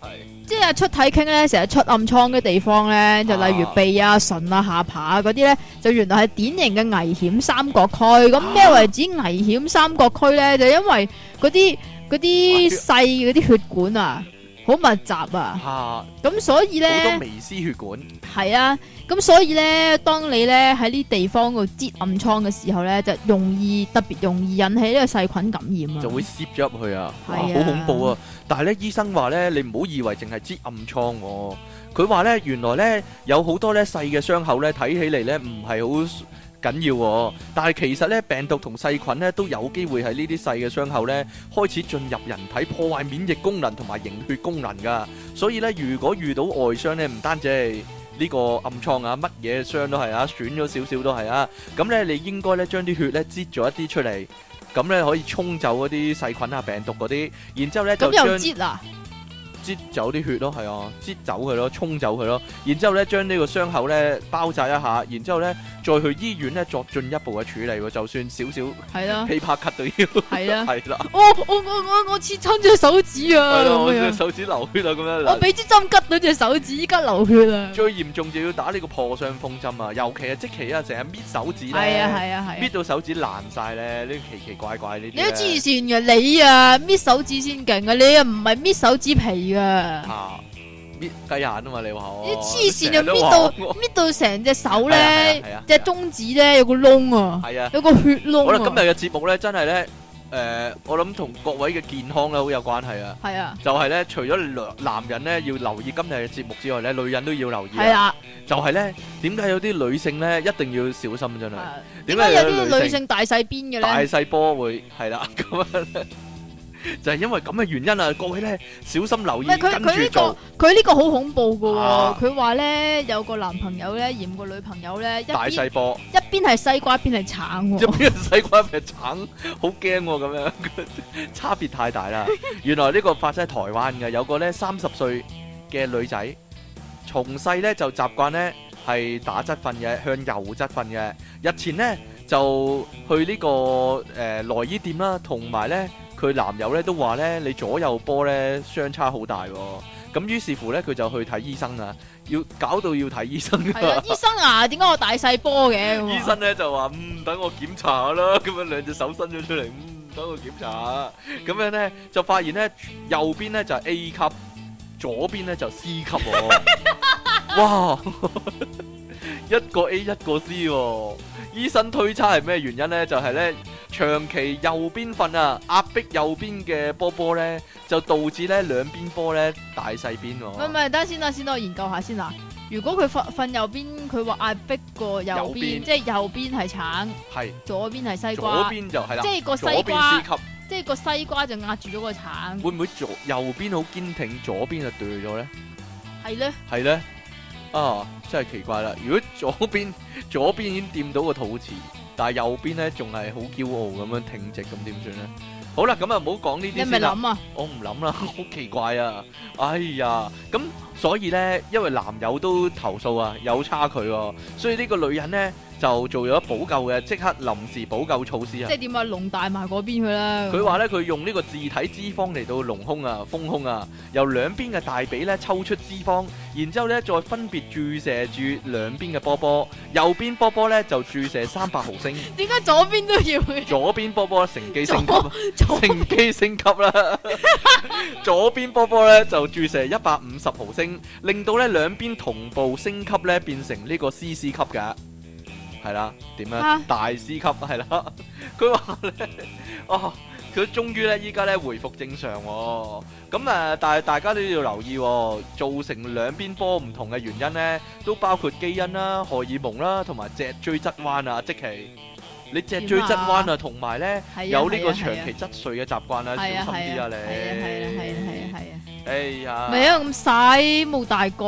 S1: 係
S2: 即係出體傾咧，成日出暗瘡嘅地方咧，就例如
S1: 啊
S2: 鼻啊、唇啊、下巴啊嗰啲咧，就原來係典型嘅危險三角區。咁
S1: 啊
S2: 咩為止危險三角區咧？就因為嗰啲嗰啲細嗰啲血管啊，好密集啊，
S1: 啊，
S2: 咁所以
S1: 好多
S2: 咧
S1: 微絲血管，
S2: 係啊，咁所以咧，當你咧喺呢地方度擠暗瘡嘅時候咧，就容易特別容易引起呢個細菌感染啊。
S1: 就會攝咗入去啊，哇
S2: 係啊
S1: 好恐怖啊！但係咧，醫生話咧，你唔好以為淨係擠暗瘡喎，佢話咧原來咧有好多咧細嘅傷口咧睇起嚟咧唔係好。緊要喎，但係其實咧病毒同細菌咧都有機會喺呢啲細嘅傷口咧開始進入人體，破壞免疫功能同埋凝血功能噶。所以咧，如果遇到外傷咧，唔單止係呢個暗瘡啊，乜嘢傷都係啊，損咗少少都係啊。咁咧，你應該咧將啲血咧擠咗一啲出嚟，咁咧可以沖走嗰啲細菌啊、病毒嗰啲，然之後咧
S2: 咁
S1: 就將
S2: 又擠啊，
S1: 擠走啲血咯，係啊，擠走佢咯，沖走佢咯，然之後咧將呢個傷口咧包紮一下，然之後咧再去醫院咧作進一步嘅處理喎，就算少少
S2: 係啦，
S1: 噼啪咳都要，
S2: 啊係啊 啦。
S1: 係啦，
S2: 我我我我我切親隻手指 啊！
S1: 係啦，我
S2: 咁
S1: 隻
S2: 樣。
S1: 手指流血啦，咁樣
S2: 我
S1: 嗱。
S2: 俾支針拮到隻手指，依家流血啊！
S1: 最嚴重就要打呢個破傷風針啊，尤其係即期啊，成日搣手指咧，
S2: 係啊係啊係
S1: 搣
S2: 啊！
S1: 到手指爛晒咧，呢啲奇奇怪怪呢啲
S2: 你都
S1: 咧
S2: 黐線嘅，你啊搣手指先勁啊！你啊唔係搣手指皮噶，
S1: 啊，搣雞眼啊嘛，你話我
S2: 你黐線
S1: 成
S2: 啊
S1: 日都
S2: 搣
S1: 話
S2: 到
S1: 我
S2: 搣到成隻手
S1: 係啊
S2: 咧
S1: 係啊係啊，
S2: 隻中指咧有個窿啊，
S1: 係啊。
S2: 有個血
S1: 好
S2: 窿
S1: 啦，
S2: 啊！
S1: 今日嘅節目咧，真係咧，誒，我諗同各位嘅健康咧好有關係啊。
S2: 係啊
S1: 就係咧，除咗男男人咧要留意今日嘅節目之外咧，女人都要留意啊。
S2: 係啦，
S1: 就係咧，點解有啲女性咧一定要小心真係？
S2: 係
S1: 啊點
S2: 點
S1: 解
S2: 解
S1: 有
S2: 有
S1: 啲女
S2: 啲女
S1: 性
S2: 性大細邊嘅
S1: 大
S2: 咧？
S1: 細波會係啦，
S2: 嗯
S1: 咁樣 咧就係因為咁嘅原因啊！各位咧小心留意，
S2: 唔係佢
S1: 跟
S2: 佢
S1: 住
S2: 呢
S1: 做
S2: 個佢呢個好恐怖噶
S1: 啊
S2: 喎！佢話咧有個男朋友咧嫌個女朋友咧一
S1: 大
S2: 邊
S1: 細波，
S2: 一邊係西瓜一邊係橙
S1: 一
S2: 喎，
S1: 邊西瓜一邊橙， 好驚喎咁樣，差別太大 啦！原來呢個發生喺台灣嘅，有個咧三十歲嘅女仔，從細咧就習慣咧係打側瞓嘅，向右側瞓嘅。日前咧就去呢、個誒、呃、內衣店啦，同埋咧佢男友咧都話咧你左右波咧相差好大喎、咁於是乎咧佢就去睇醫生啊，要搞到要睇醫生㗎
S2: 係 啊！醫生啊，點解我大細波嘅咁啊？
S1: 醫生咧就話：嗯，等我檢查下啦。咁樣兩隻手伸咗出嚟，嗯，等我檢查下。咁樣咧就發現咧右邊咧就係 A 級，左邊咧就 C 級 喎。哇！ 一個 A 一個 C 喎。醫生推測係咩原因咧？就係、咧長期右邊瞓啊，壓迫右邊嘅波波咧，就導致咧兩邊波咧大細邊
S2: 唔係唔
S1: 喎。
S2: 係，等下先啦，先等我研究下先啦。如果佢瞓瞓右邊，佢話壓迫過右
S1: 右邊
S2: 邊，即係右邊係橙，
S1: 係
S2: 左邊係西
S1: 左
S2: 瓜，
S1: 邊就係啦
S2: 即，係個
S1: 左
S2: 西
S1: 邊
S2: 瓜
S1: C，級。
S2: 即係個西瓜就壓住咗個橙，
S1: 會唔會左右邊好堅挺，左邊就對咗咧？
S2: 係咧，
S1: 係咧，啊，真係奇怪啦！如果左 邊左邊已經掂到個肚臍，但係右邊咧仲係好驕傲咁樣挺直，咁點算咧？好啦，咁啊唔好講呢
S2: 你
S1: 啲
S2: 咪
S1: 先啦。
S2: 諗啊，
S1: 我唔諗啦， 好奇怪啊！哎呀，咁所以咧，因為男友都投訴啊，有差距喎，所以呢個女人咧就做咗補救嘅，即刻臨時補救措施啊
S2: 即。係點啊，弄大埋嗰邊佢啦。
S1: 佢話咧，佢用呢個自體脂肪嚟到隆胸啊、豐胸啊，由兩邊嘅大髀咧抽出脂肪，然之後咧再分別注射住兩邊嘅波波，右邊波波咧就注射三百毫升，
S2: 點解左邊都要嘅？
S1: 左邊波波乘機升級，
S2: 左
S1: 乘機升級啦。左邊波波咧就注射一百五十毫升，令到咧兩邊同步升級咧變成呢個 CC 級㗎，係啦，點樣？
S2: 啊
S1: 大師級係啦， 佢話咧，哦，佢終於咧依家咧回復正常喎、咁誒，但係大家都要留意喎、造成兩邊波唔同嘅原因咧，都包括基因啦、荷爾蒙啦，同埋脊椎側彎啊，即其你脊椎側彎啊，同埋咧
S2: 係啊
S1: 有呢個
S2: 係啊
S1: 長期
S2: 係啊
S1: 側睡嘅習慣啦，
S2: 係啊
S1: 小心
S2: 係
S1: 啲啊
S2: 啊係啊係啊係啊
S1: 你。
S2: 係啊係啊，
S1: 哎呀，
S2: 咪啊咁細冇大個，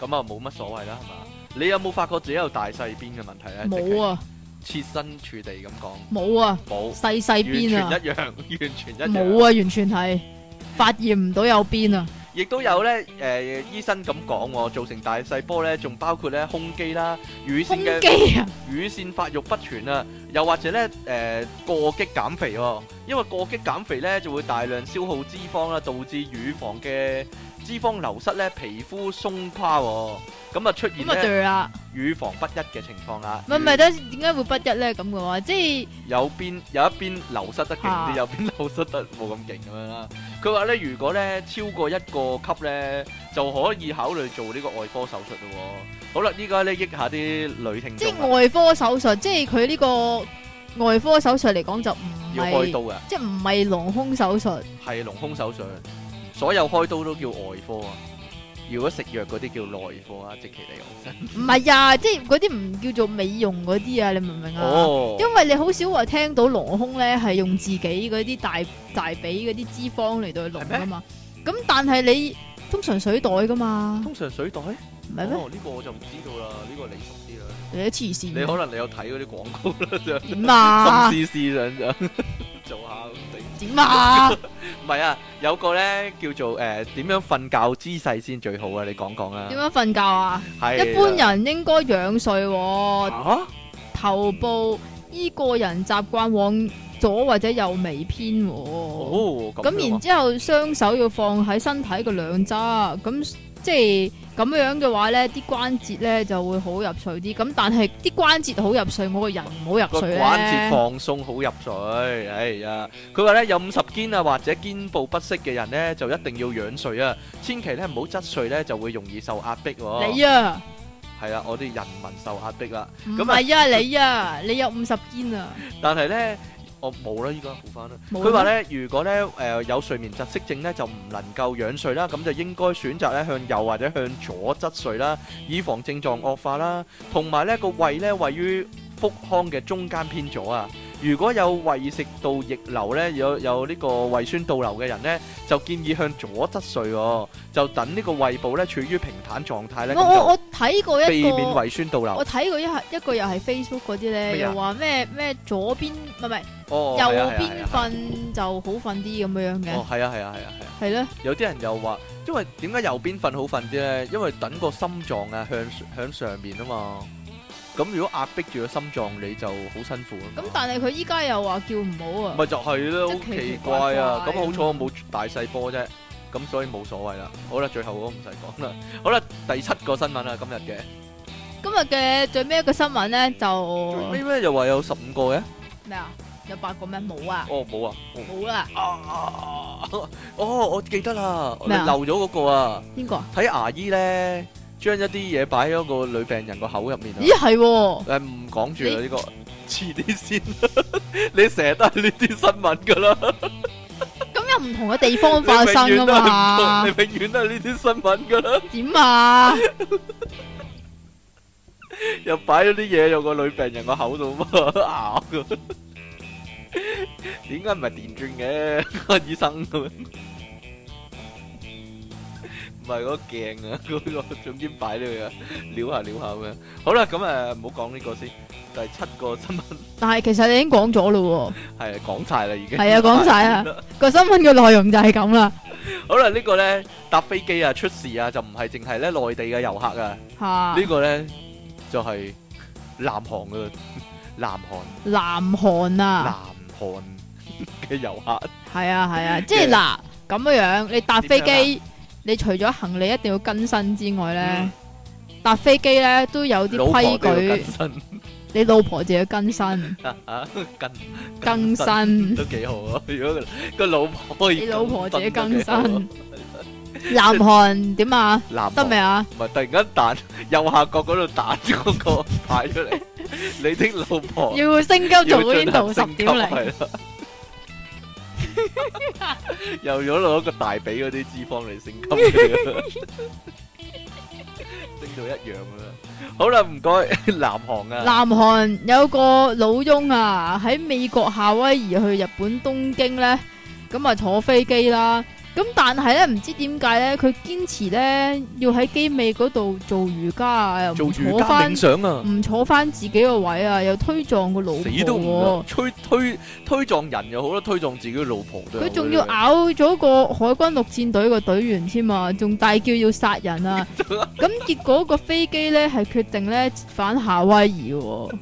S1: 咁啊冇乜所謂啦，係嘛？你有冇發覺自己有大細邊嘅問題咧？
S2: 冇啊
S1: 即其，設身處地咁講，
S2: 冇啊
S1: 冇。
S2: 細細邊啊
S1: 完全一樣，完全一樣。
S2: 冇啊，完全係發現唔到有邊啊！
S1: 亦都有咧誒、醫生咁講喎，造成大細波咧，仲包括咧胸肌啦、乳腺
S2: 胸
S1: 嘅
S2: 肌啊，
S1: 乳腺發育不全啊，又或者咧誒、過激減肥喎、因為過激減肥咧就會大量消耗脂肪啦，導致乳房嘅脂肪流失咧，皮膚鬆垮喎、咁啊出現
S2: 咁啊
S1: 咧
S2: 對啦，
S1: 乳房不一嘅情況啦。
S2: 唔係唔係，等陣點解會不一咧咁嘅話，即係
S1: 有邊有一邊流失得勁啲，
S2: 啊
S1: 有邊流失得冇咁勁咁樣啦。佢話咧，如果咧超過一個級咧，就可以考慮做呢個外科手術咯喎。好啦，依家咧益下啲女聽
S2: 即係
S1: 眾啊，
S2: 外科手術，即係佢呢個外科手術嚟講就唔
S1: 要開
S2: 係
S1: 刀啊，
S2: 即係唔係隆胸手術，
S1: 係隆胸手術，所有開刀都叫外科啊。如果食藥嗰啲叫內科啊，即其嚟講真。
S2: 唔係啊，即係嗰啲唔叫做美容嗰啲啊，你明唔明啊？
S1: 哦，
S2: 因為你好少話聽到隆胸咧係用自己嗰啲大大髀嗰啲脂肪嚟到去隆
S1: 係咩
S2: 啊嘛，咁但係你通常水袋噶嘛，
S1: 通常水袋，
S2: 唔係咩？
S1: 哦呢個我就唔知道啦，呢個你熟啲啦。
S2: 你都黐線
S1: 你
S2: 嘅
S1: 可能你有睇嗰啲廣告啦，就
S2: 點啊？
S1: 心思思想想做下咁整。
S2: 點啊？
S1: 唔係啊，有個咧叫做誒點、樣瞓覺姿勢先最好啊？你講講啊。
S2: 點樣瞓覺啊？
S1: 係啦
S2: 一般人應該仰睡喎、
S1: 啊
S2: 頭部依個人習慣往左或者右微偏喎、
S1: 哦咁
S2: 咁
S1: 樣
S2: 然
S1: 啊
S2: 之後，雙手要放喺身體嘅兩側，咁即係咁樣嘅話咧，啲關節咧就會好入睡啲。咁但係啲關節好入睡，我個人唔好
S1: 個
S2: 入睡咧。
S1: 關節放鬆好入睡，哎呀！佢話咧有五十肩啊或者肩部不適嘅人咧就一定要仰睡啊，千祈咧唔好側睡咧就會容易受壓迫喎。
S2: 你啊，
S1: 係啦，我哋人民受壓迫啦，
S2: 唔
S1: 咁啊
S2: 係啊，你啊，你有五十肩啊，
S1: 但係咧我冇啦，依家好翻啦。
S2: 冇啊
S1: 佢話
S2: 咩，
S1: 咧，如果咧誒、呃有睡眠窒息症咧，就唔能夠仰睡啦，咁就應該選擇咧向右或者向左側睡啦，以防症狀惡化啦。同埋咧個胃咧位於腹腔嘅中間偏左啊。如果有胃食道逆流咧，有有呢個胃酸倒流嘅人咧，就建議向左側睡喎，就等呢個胃部咧處於平坦狀態咧，
S2: 我
S1: 咁
S2: 我
S1: 就
S2: 我睇過一
S1: 避免
S2: 個，
S1: 胃酸倒
S2: 我
S1: 流。
S2: 睇過一下一個又係 Facebook 嗰啲咧，
S1: 咩啊
S2: 又話咩咩左邊唔係唔係
S1: 哦，
S2: 右
S1: 係啊係啊係
S2: 邊
S1: 啊
S2: 瞓就好瞓啲咁樣嘅，
S1: 哦，係啊係啊係啊係啊。
S2: 係咧，
S1: 有啲人又話，因為點解右邊瞓好瞓啲咧？因為等個心臟啊向向上面啊嘛。咁如果壓迫住個心臟，你就好辛苦啊嘛
S2: 咁。但係佢依家又話叫唔好啊，
S1: 咪就係咯，好
S2: 即係奇
S1: 奇
S2: 奇
S1: 怪啊！咁
S2: 怪怪
S1: 好彩我冇大細波啫，咁所以冇所謂啦。好啦，最後嗰個唔使講啦。好啦，第七個新聞啦，今日嘅
S2: 今日嘅最尾一個新聞咧就
S1: 最尾咩又話有十五個嘅？
S2: 咩啊？有八個咩？冇啊，
S1: 哦，冇啊，哦
S2: 冇啦。
S1: 啊，哦，我記得啦，
S2: 咩啊
S1: 漏咗嗰個啊，
S2: 邊個啊？
S1: 睇牙醫咧，將一啲嘢擺喺個女病人個口入面啊。
S2: 咦係喎，
S1: 誒唔講住啦，
S2: 你
S1: 呢個遲啲 先啦。你成日都係呢啲新聞噶啦，
S2: 咁有唔同嘅地方
S1: 你
S2: 發
S1: 永
S2: 生
S1: 遠
S2: 噶
S1: 都係唔
S2: 嘛？
S1: 同，你永遠都係呢啲新聞噶啦。
S2: 點啊？
S1: 又擺咗啲嘢入個女病人個口度嘛， 咬噶。點解唔係電鑽 嘅？個醫生咁樣，唔係嗰個鏡 啊，嗰、個總之擺咗佢啊，撩下撩下咁樣。好啦，咁誒唔好講呢個先，第七個新聞
S2: 但係其實你已經講咗咯
S1: 係講晒啦已經。
S2: 喎，係啊，講晒 啊，個新聞嘅內容就係咁啦，
S1: 好啦，呢個呢，搭飛機啊出事啊，就唔係淨係咧內地嘅遊客啊，
S2: 吓
S1: 呢個呢，就係南韓嘅 南韓
S2: 南韓啊，
S1: 南韓嘅遊客，
S2: 係啊係啊，即
S1: 嘅
S2: 係嗱咁樣樣，你搭飛
S1: 點
S2: 機，你除咗行李一定要更新之
S1: 嗯
S2: 外咧，搭飛機咧都有
S1: 老
S2: 啲
S1: 婆都要
S2: 規
S1: 更
S2: 矩，
S1: 新
S2: 你老婆就要更新
S1: 啊， 更
S2: 更新。
S1: 都幾好 啊！如果個老婆可以
S2: 你老婆自己更
S1: 都幾好啊
S2: 新。南韓點啊？
S1: 南
S2: 得未
S1: 韓
S2: 啊？
S1: 唔係突然間彈右下角嗰度彈咗個牌出 嚟，你的老婆。
S2: 要升級
S1: 哦要
S2: 做
S1: 進行
S2: Windows 十
S1: 升級
S2: 點零，
S1: 係啦。啊又咗攞個大髀嗰啲脂肪嚟升級 嘅，升到一樣啦。好啦，唔該， 南韓啊，
S2: 南韓有個老翁啊，喺美國夏威夷去日本東京呢，咁啊坐飛機啦，咁但係咧，唔知點解咧，佢堅持咧要喺機尾嗰度做瑜伽啊，又唔
S1: 做瑜
S2: 坐
S1: 伽
S2: 翻
S1: 冥想啊，
S2: 唔坐翻自己個位啊，又推撞個老婆
S1: 死都唔
S2: 喎、
S1: 得推推推撞人又好啦，推撞自己嘅老婆都有
S2: 佢仲要咬咗個海軍陸戰隊個隊員添啊，仲大叫要殺人啊！咁結果個飛機咧係決定咧折返夏威夷喎、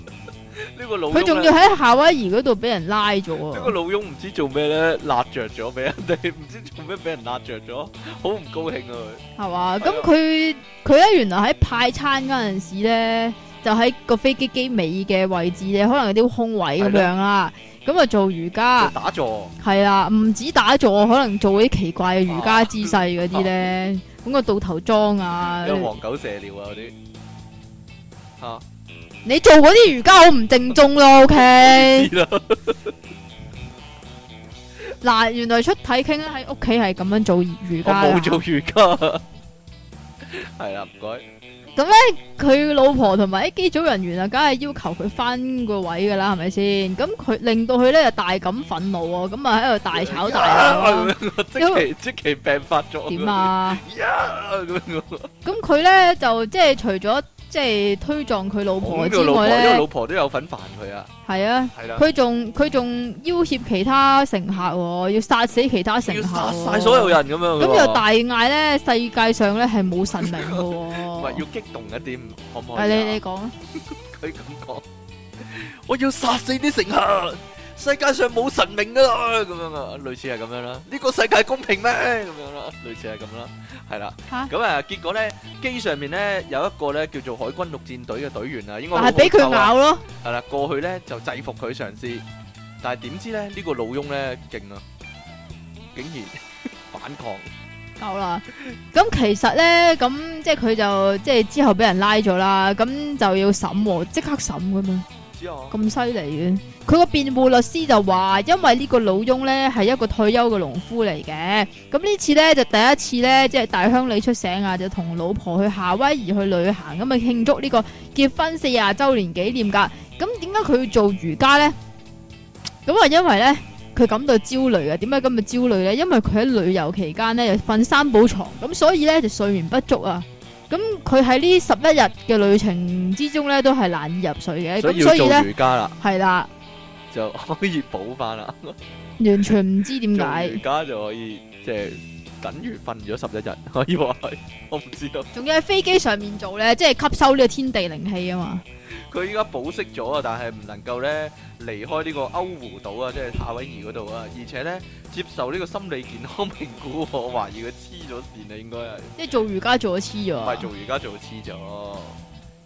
S1: 呢個老
S2: 佢仲
S1: 翁
S2: 要
S1: 呢
S2: 喺夏威夷嗰度俾人拉咗
S1: 呢個
S2: 啊！
S1: 老翁唔知做咩咧，辣着咗俾人 哋，唔知做咩俾人辣着咗，好唔高興啊
S2: 係嘛？
S1: 係
S2: 咁
S1: 啊
S2: 佢佢咧原來喺派餐嗰陣時咧，就喺個飛機機尾嘅位置咧，可能有啲空位咁
S1: 係咯
S2: 樣啦。咁啊做瑜
S1: 佢，
S2: 伽
S1: 就打坐，
S2: 係啦，唔止打坐，可能做啲奇怪嘅瑜伽姿勢嗰啲咧，咁個倒頭裝啊，
S1: 有黃狗射尿啊嗰啲，吓。
S2: 你做嗰啲瑜伽好唔正宗咯 ，OK？
S1: 知啦
S2: 嗱，原來出體傾咧喺屋企係咁樣做瑜
S1: 我
S2: 伽啦
S1: 冇做瑜伽，係啦，唔該。
S2: 佢老婆同埋啲機組人員啊，梗係要求佢翻個位噶啦，係咪先？咁佢令到佢咧就大感憤怒啊，咁啊喺度大吵大 鬧啦
S1: 即
S2: 因
S1: 期即期病發作。
S2: 點？啊？
S1: 咁樣
S2: 咁佢咧就即係除咗即係推撞佢老婆
S1: 我
S2: 之
S1: 個老婆，
S2: 外
S1: 因為
S2: 咧
S1: 老，婆都有份煩佢啊，
S2: 係啊，
S1: 係啦。
S2: 佢仲佢仲要挟其他乘客喎，要殺死其他乘
S1: 要
S2: 客
S1: 殺
S2: 喎，
S1: 晒所有人咁樣。
S2: 啊咁
S1: 佢話
S2: 又大啊嗌咧，世界上咧係冇神明噶
S1: 唔係
S2: 喎。
S1: 要激動一啲，可唔可
S2: 係
S1: 以
S2: 你
S1: 啊？
S2: 你講啊，
S1: 佢咁講，我要殺死啲乘客，世界上冇神明噶啦，咁樣啊，類似係咁樣啦。呢個世界公平咩？咁樣啦，類似係咁啦，係啦。
S2: 嚇
S1: 咁啊，結果咧，機上面咧有一個咧叫做海軍陸戰隊嘅隊員啊，應該
S2: 但
S1: 好
S2: 係 À，俾佢
S1: 好鬥啊
S2: 咬咯，
S1: 係啦，過去咧就制服佢嘗試，但係點知咧呢個老翁咧勁啊，竟然 反抗，
S2: 夠啦。咁其實咧，咁即係佢就即係之後俾人拉咗啦，咁就要審喎，即刻審噶嘛，
S1: 之後
S2: 咁犀利嘅。佢個辯護律師就話，因為呢個老翁咧係一個退休嘅農夫嚟嘅，咁呢次咧就第一次咧即係大鄉里出醒啊，就同老婆去夏威夷去旅行，咁啊慶祝呢個結婚四廿周年紀念噶。咁點解佢要做瑜伽咧？咁啊，因為咧佢感到焦慮啊。點解咁嘅焦慮咧？因為佢喺旅遊期間咧又瞓三寶床，咁所以咧就睡眠不足啊。咁佢喺呢十一日嘅旅程之中咧，都係難以入睡嘅。
S1: 所以
S2: 咁
S1: 要
S2: 所以
S1: 做
S2: 咧
S1: 瑜伽啦，
S2: 係啦，
S1: 就可以補翻啦。
S2: 完全唔知點
S1: 做
S2: 解
S1: 瑜，伽就可以即係等於瞓咗十一日，可以話係，我唔知道。
S2: 仲要喺飛機上面做咧，即係吸收呢個天地靈氣啊嘛。
S1: 佢依家保釋咗啊，但係唔能夠咧離開呢個歐胡島啊，即係夏威夷嗰度啊，而且咧接受呢個心理健康評估，我懷疑佢黐咗線啊，應該係
S2: 即係做瑜伽做咗黐咗
S1: 唔
S2: 啊
S1: 係，做瑜啊伽做黐咗。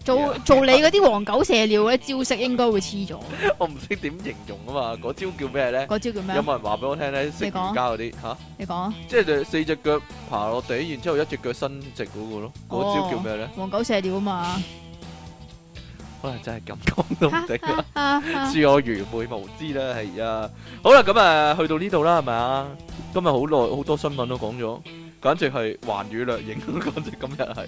S2: 做做你嗰啲黃狗射尿嗰啲招式應該會黐咗。
S1: 我唔識點形容啊嘛，嗰招叫咩咧？
S2: 嗰招叫咩
S1: 有
S2: 啊？
S1: 冇人話俾我聽咧？識瑜
S2: 你講
S1: 伽嗰啲吓，
S2: 你講啊，
S1: 即係四隻腳爬落地，然之後一隻腳伸直嗰個咯。嗰招叫咩咧？
S2: 黃狗射尿啊嘛。
S1: 可能真係咁講都唔 定啦，
S2: 啊啊
S1: 恕我愚昧無知啦，係啊。好啦，咁啊，去到呢度啦，係咪啊？今日好耐好多新聞都講咗，簡直係環宇掠影， 簡直今日係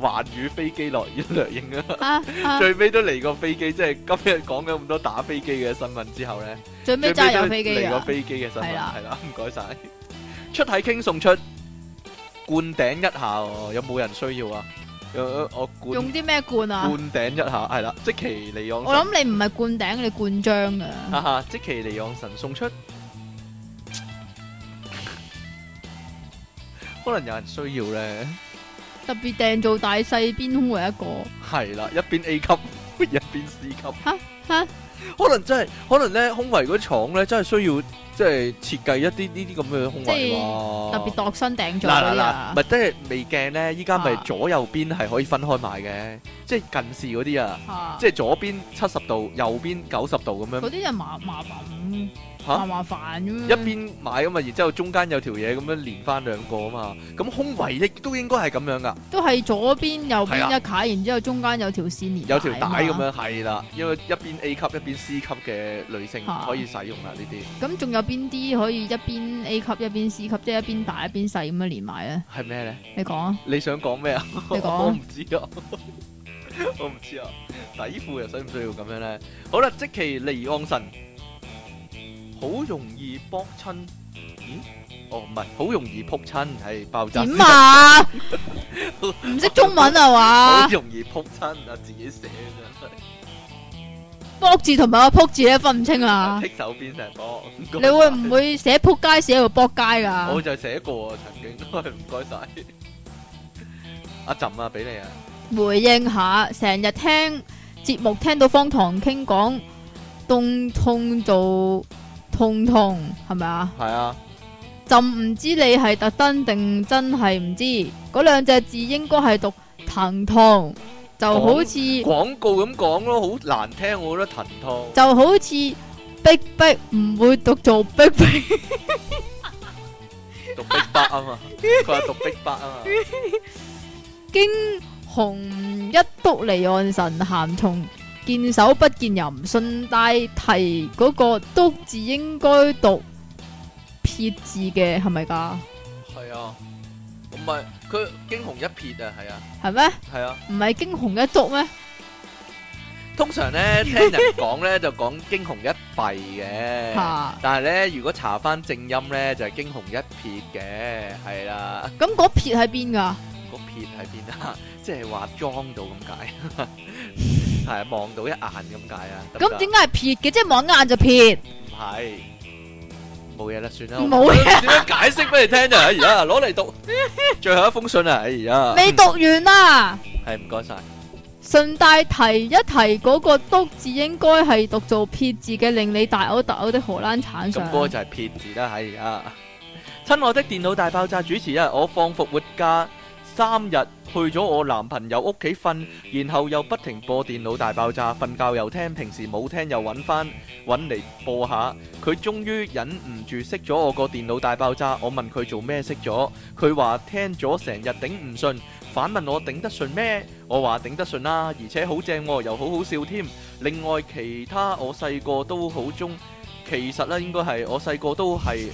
S1: 環宇飛機落掠影啊！
S2: 啊啊
S1: 最尾都嚟個飛機，即係今日講咗咁多打飛機嘅新聞之後咧。
S2: 最尾真係有飛機
S1: 嚟個
S2: 啊！
S1: 飛機嘅新聞
S2: 係啦
S1: 係啦，唔該晒。出體傾送出灌頂一下喎，有冇人需要啊？有有我灌
S2: 用啲咩罐啊？
S1: 灌頂一下，係啦，即其利昂
S2: 我
S1: 神，
S2: 諗你唔係灌頂，你灌章啊！
S1: 哈哈，即其利昂神送出， 可能有人需要咧，
S2: 特別訂做大細邊胸為一個，
S1: 係啦，一邊 A 級， 一邊 C 級，
S2: 吓
S1: 可能真係，可能咧，胸圍嗰啲廠咧，真係需要即係設計一啲呢啲咁嘅胸
S2: 即係
S1: 圍喎
S2: 特別度身訂做
S1: 嗱
S2: 嗰
S1: 嗱
S2: 啲
S1: 哦嗱，
S2: 啊
S1: 咪！即係未鏡咧，依家咪
S2: 啊
S1: 左右邊係可以分開買嘅，即係近視嗰啲啊，
S2: 嚇
S1: 即係左邊七十度，右邊九十度咁樣
S2: 嗰啲就麻麻煩，
S1: 嚇
S2: 麻麻煩咁樣。
S1: 一邊買咁嘛，啊然之後中間有條嘢咁樣連翻兩個啊嘛，咁胸圍亦都應該係咁樣噶，
S2: 都係左邊右
S1: 係
S2: 邊
S1: 啦
S2: 一卡，然之後中間有條線連
S1: 有條帶咁
S2: 啊嘛。
S1: 樣係啦，因為一邊 A 級一邊 C 級嘅女性
S2: 啊
S1: 可以使用啦呢啲，
S2: 咁仲有邊啲可以一邊 A 級一邊 C 級，即係一邊大一邊細咁樣連埋咧？
S1: 係咩咧？
S2: 你講啊，
S1: 你想講咩啊？
S2: 你講
S1: 我
S2: 啊
S1: 唔知啊，我唔知啊，底褲又需唔需要咁樣咧？好啦，即其離岸神好容易搏親，咦？哦，唔係，好容易撲親，係爆炸，
S2: 点啊？唔識中文啊
S1: 好
S2: 嘛？
S1: 容易撲親啊！自己寫嘅
S2: 卜字同埋個扑字咧分唔清啊
S1: 真係，！剔手邊成波。
S2: 你會唔會寫扑街寫到卜街
S1: 我
S2: 噶？
S1: 就寫過啊，曾經都係唔該晒。阿朕啊，俾你啊，
S2: 回應下，成日聽節目聽到方唐傾講凍痛到痛痛，係咪啊？
S1: 係啊，
S2: 朕唔知你係特登定真係唔知，嗰兩隻字應該係讀疼痛，就好似
S1: 廣告咁講咯，好難聽，我覺得騰痛。
S2: 就好似逼逼唔會讀做 逼逼，
S1: 讀逼北啊嘛，佢話讀逼北啊嘛，
S2: 紅一督離岸神鹹蟲，見手不見淫，順帶提嗰個督字應該讀撇字嘅，係咪噶？
S1: 係啊，唔係佢驚鴻一瞥啊，係啊，
S2: 係咩？
S1: 係啊，
S2: 唔係驚紅一督咩？
S1: 通常咧聽人講咧就講驚鴻一瞥嘅，
S2: 吓
S1: 但係咧如果查翻正音咧就係驚鴻一瞥嘅，係啦，
S2: 咁嗰撇喺邊噶？
S1: 個瞥喺邊啊？ 即係話裝到咁解，係啊，望到一眼咁解啊？得唔
S2: 咁
S1: 得
S2: 點解係撇嘅？即係望一眼就撇。
S1: 唔係冇嘢啦，算啦，
S2: 冇
S1: 嘢，點樣解釋俾你聽啫？哎呀，攞 嚟讀最後一封信啊！哎呀，
S2: 未讀完啊！
S1: 係唔該晒。
S2: 順帶提一提嗰個督字應該係讀做撇字嘅，令你大嘔特嘔的荷蘭產
S1: 咁
S2: 上。
S1: 嗰個就係撇字啦，係啊！親愛的電腦大爆炸主持啊，我放復活假三日去咗我男朋友屋企瞓，然後又不停播電腦大爆炸，瞓覺又聽，平時冇聽又揾翻揾嚟播下。佢終於忍唔住熄咗我個電腦大爆炸，我問佢做咩熄咗，佢話聽咗成日頂唔順，反問我頂得順咩？我話頂得順啦，而且好正喎，又好好笑添。另外其他我細個都好中。其實咧應該係我細個都係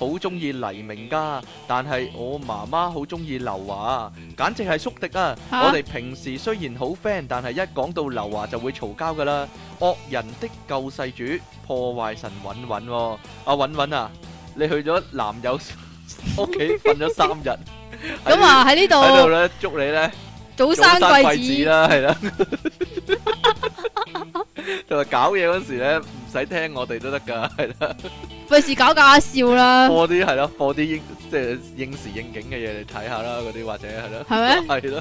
S1: 好中意黎明噶，但係我媽媽好中意劉華，簡直係宿敵啊！
S2: 嚇
S1: 我哋平時雖然好 friend，但係一講到劉華就會嘈交噶啦。惡人的救世主，破壞神韻韻喎，阿韻韻啊，你去咗男友屋企瞓咗三日，
S2: 咁啊喺呢
S1: 喺呢度
S2: 度
S1: 咧，祝你咧
S2: 早
S1: 早生
S2: 生
S1: 貴
S2: 貴
S1: 子
S2: 子，
S1: 啦，係啦。同埋搞嘢嗰時咧，唔使聽我哋都得㗎，係啦。
S2: 費事搞搞下笑啦，
S1: 播啲係咯，播啲應即係應時應景嘅嘢嚟睇下啦，嗰啲或者係咯，
S2: 係 咩？
S1: 係咯，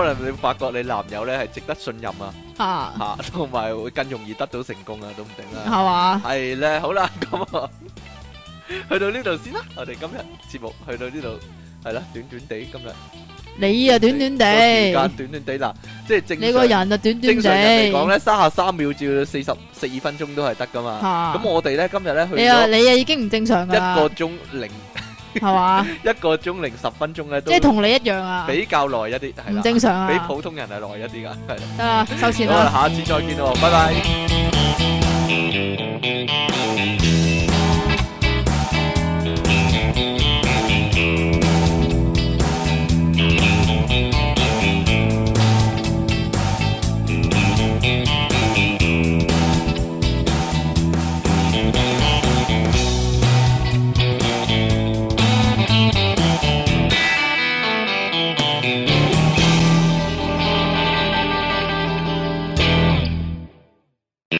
S1: 可能你發覺你男友咧係值得信任啊，
S2: 吓
S1: 嚇，同埋會更容易得到成功啊，都唔定
S2: 係
S1: 啦。
S2: 嘛？
S1: 係咧，好 啦，咁啊，去到呢度先啦，我哋今日節目去到呢度係啦，短短地今日
S2: 你啊短短
S1: 個
S2: 地，
S1: 時間短短地嗱，即係正
S2: 你個
S1: 常
S2: 人啊短短
S1: 正常人嚟講
S2: 地，
S1: 咧，三十三秒至到四十四分鐘都係得噶嘛。
S2: 吓
S1: 咁我哋咧今日咧去
S2: 啊你啊
S1: 咗
S2: 你啊已經唔正常
S1: 一
S2: 噶啦
S1: 個，鐘零。
S2: 係嘛？
S1: 一個鐘零十分鐘咧，
S2: 即
S1: 都
S2: 係同你一樣啊，
S1: 比較耐一啲，係
S2: 唔
S1: 啦，
S2: 正常
S1: 比
S2: 啊，
S1: 普通人係耐一啲噶，係啦。啊
S2: 得啦，收錢
S1: 好啦，
S2: 啦。
S1: 下次再見咯，拜拜。